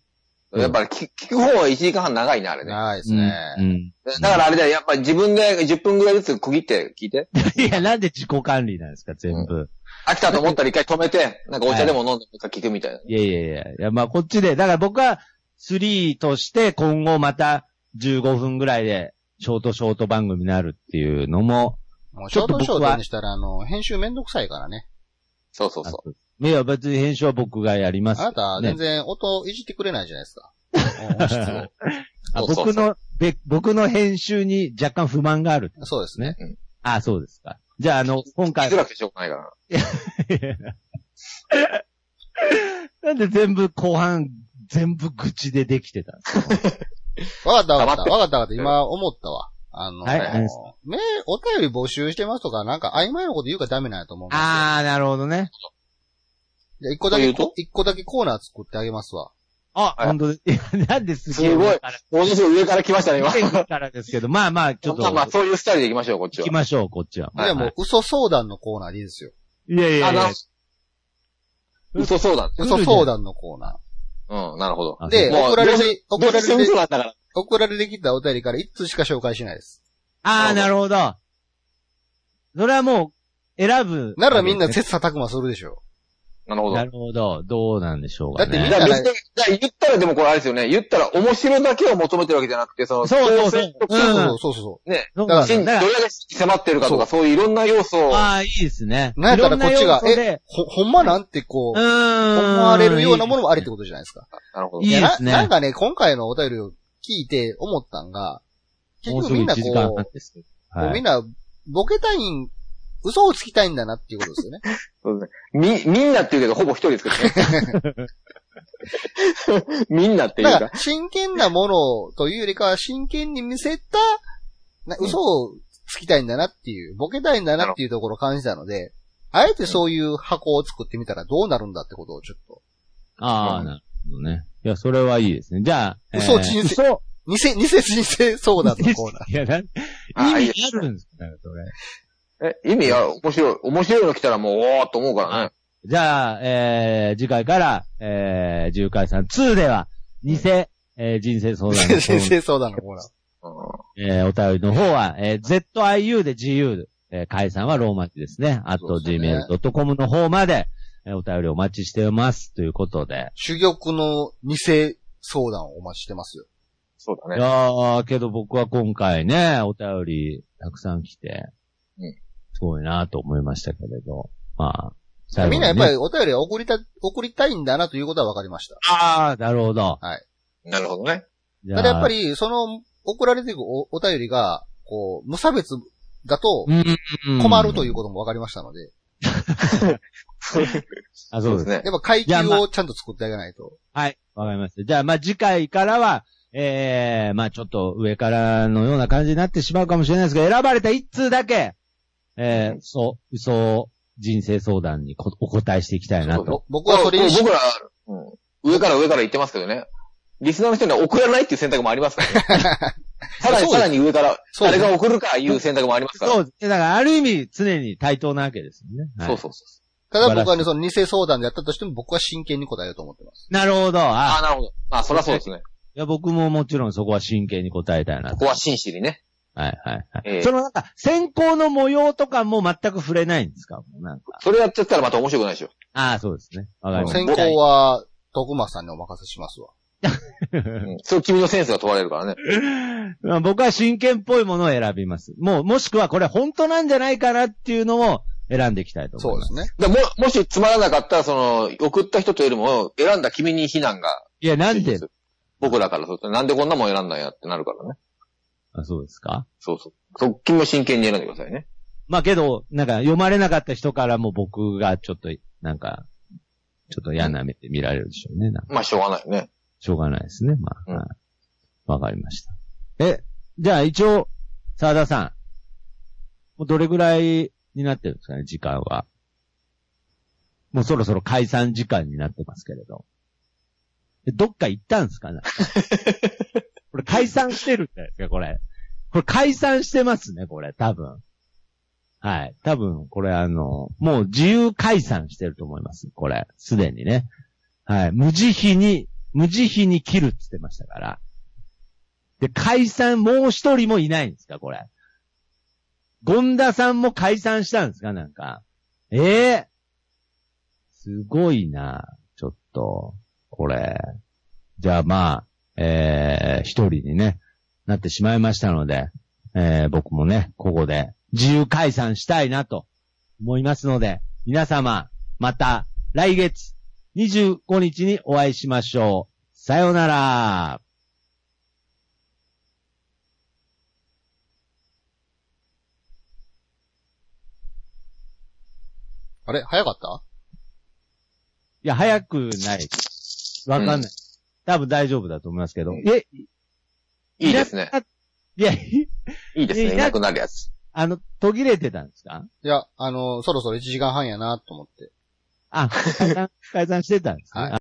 やっぱり聞聞く方は1時間半長いな、あれね。
長いですね。
うん。
だからあれだよ、やっぱり自分で10分ぐらいずつ区切って聞いて。
いや、なんで自己管理なんですか、全部。
飽きたと思ったら一回止め [LAUGHS] て、なんかお茶でも飲んでもう一回聞くみたいな。
いやいやいや。いや、まあ、こっちで、だから僕は3として今後また15分ぐらいで、ショートショート番組になるっていうのも、
もう
ち
シ
ょ
ョ
っと
ート
僕は
ショートにしたら、あの、編集めんどくさいからね。
そうそうそ
いや、別に編集は僕がやりま
あ
す。
なた、
ね
全然音いじってくれないじゃないですか。音質
あ
を
そうそう
僕
そ
の、べ僕の編集に若干不満がある。
そうですね。
あ、そうですか。じゃあ、あの、今
う。聞
回
きづ、らくてしょうがないから。
[LAUGHS] なんで全部後半、全部愚痴でできてたんですか
わかったわかっ。
黙ったて
わかったわかった。今思ったわ。あの、
はい何です
ね、お便り募集してますとか、なんか曖昧なこと言うからダメなんやと思うんですよ。
あー、なるほどね。
じゃあ一個だけ、
というと
一個だけコーナー作ってあげますわ。
あ、
はい
本当です。いや、なんですげえ。
すごい
上から
ものすごい上から来ましたね、今。
上からですけど、まあまあ、ちょっと、
まあまあ、
行
そういうスタイルで行きましょう、こっちは
き。ましょう、こっちは。
じゃあもう、嘘相談のコーナーでいいですよ。
いやいや
あ、
い
なる
や
ほ。ど。嘘そうだ。
うん
嘘相談のコーナ
うん、なるほど。
あ
ー。で、
そう
もう
送られて、
ど
送ら
う
れ
せ嘘
て、
だったから。
送られてきたお便りから一通しか紹介しないです。
あー、なるほど。それはもう、選ぶ。
ならみんな切磋琢磨するでしょ
なるほど。
な
だ
るほど。どうなんでしょうかね。
だってみん
か
な
ら別にだから言ったらでもこれあれですよね。言ったら面白だけを求めてるわけじゃなくて、その、
そうそうそう
挑戦と
う。
か
ん
そうそうそうそ
ね、
そう
だから
真
だ
どれだけ迫ってるかとか、そういういろんな要素を、
ああ、いいですね。
う。なんやったらこっちが
い、ろんな要素で
え、ほ、ほんまなんてこう、思
思
われるようなものもありってことじゃないですか。
なるほ
い
ど
い。
や
ですね
ななんかね、今回のお便りを聞いて思ったんが、結
もう
局
すぐ
み
1
んな
時間
こ
半
う、
ですけど。
こう
は
みん
い。
な、ボケたいん、嘘をつきたいんだなっていうこと [LAUGHS] ですよね。
み、みんなって言うけど、ほぼ一人ですけどね。みんなっていう
だか
か。
ら、真剣なものというよりかは、真剣に見せた、な嘘をつきたいんだなっていう、ボケたいんだなっていうところを感じたので、あえてそういう箱を作ってみたらどうなるんだってことをちょっと。
あ
う
あ、
ん
なるほどね。いや、それはいいですね。じゃあ、えー
嘘を人生、 [LAUGHS]
嘘
偽、偽人生相談のコーナー。
いや、なん
ああいい
意
で
味
す
あるんですかなんかそれ。
え、意味は面白い。面白いの来たらもう、おーっと思うからね。
じゃあ、えー、次回から、えー、重解さん2では、偽、えー、人生相談の
[LAUGHS] [LAUGHS] 偽人
方、
生相談のコーナー。
う
えー、お便りの方は、えー、ziu で自由、えー、解散はローマ字ですね。あ
そ
と
うですね
gmail.com の方まで、えー、お便りお待ちしてます。ということで。
珠玉の偽相談をお待ちしてますよ。
そうだ
い
ね。
やー、けど僕は今回ね、お便りたくさん来て、
うん
すごいなと思いましたけれど、まあ、最後
み
に
ん
ね
なやっぱりお便りを送りた、送りたいんだなということは分かりました。
あー、なるほど。
なるほどね。
じゃ
た
あ
だやっぱ、り、その、送られていくおお便りが、こう、無差別だと
うん
困るということも分かりましたので、
あ、そうです
す
ね。
ね。
やっぱ階
いや
級
ま
をちゃんと作ってあげないと。
はい、わかりました。じゃあ、まあ次回からは、えー、まあちょっと上からのような感じになってしまうかもしれないですが、選ばれた一通だけ、えー、そう、嘘を人生相談にこお答えしていきたいな
そう
と。
ぼ僕はそれにし
僕ら、うん上から上から言ってますけどね。リスナーの人には送らないっていう選択もありますか
[LAUGHS]
らね。さらに、さらに上から、
そうで
誰
す
が送るかいう選択もありますから。
そうですね。だから、ある意味、常に対等なわけですよね。はい
そうそうそう。
ただ僕は
素晴らし
ね、
い
その偽相談でやったとしても僕は真剣に答えようと思ってます。
なるほど。あ
ああ、なるほど。まあ、そりゃそうですね。
いや、僕ももちろんそこは真剣に答えたいな。
ことこは真摯にね。
はいはいはい。
ええ
そのなんか、選考の模様とかも全く触れないんですかもうなんか。
それやっちゃったらまた面白くないでしょ。
ああ、そうですね。わかりました。
先行は、徳間さんにお任せしますわ。
うん。それ君のセンスが問われるからね。
まあ僕は真剣っぽいものを選びます。もう、もしくはこれ本当なんじゃないかなっていうのを選んでいきたいと思
そ
いうま。
ですすね。
だからも、もしつまらなかったら、その、送った人とよりも、選んだ君に非難が。
いや、なんで、
僕らからすると、なんでこんなもん選んだんやってなるからね。
あそうですか
そうそう。そう君も真剣に選んでくださいね。
まあけど、なんか読まれなかった人からも僕がちょっと、なんか、ちょっと嫌な目で見られるでしょうね。なんか
まあ、しょうがないよね。
しょうがないですね。まあ、
うん
はいわかりました。え、じゃあ一応、沢田さん。もうどれぐらいになってるんですかね、時間は。もうそろそろ解散時間になってますけれど。えどっか行ったんですか [LAUGHS] ねこれ解散してるんじゃないですか、これ。これ解散してますね、これ、多分。はい。多分、これあの、もう自由解散してると思います、これ。すでにね。はい。無慈悲に無慈悲に切るって言ってましたから。で、解散、もう一人もいないんですか、これ。権田さんも解散したんですか、なんか。ええすごいな、ちょっと、これ。じゃあまあ、えー、一人にね、なってしまいましたので、えー、僕もね、ここで自由解散したいなと思いますので、皆様、また来月25日にお会いしましょう。さようなら。
あれ早かった
いや、早くない。わかんない。
うん
多分大丈夫だと思いますけど。
えいいですね。
いや、
いいです
いや
ね。いなくなるやつ。
あの、途切れてたんですか
いや、あの、そろそろ1時間半やなと思って。
[LAUGHS]
あ、解散、解散してたんですね。
はい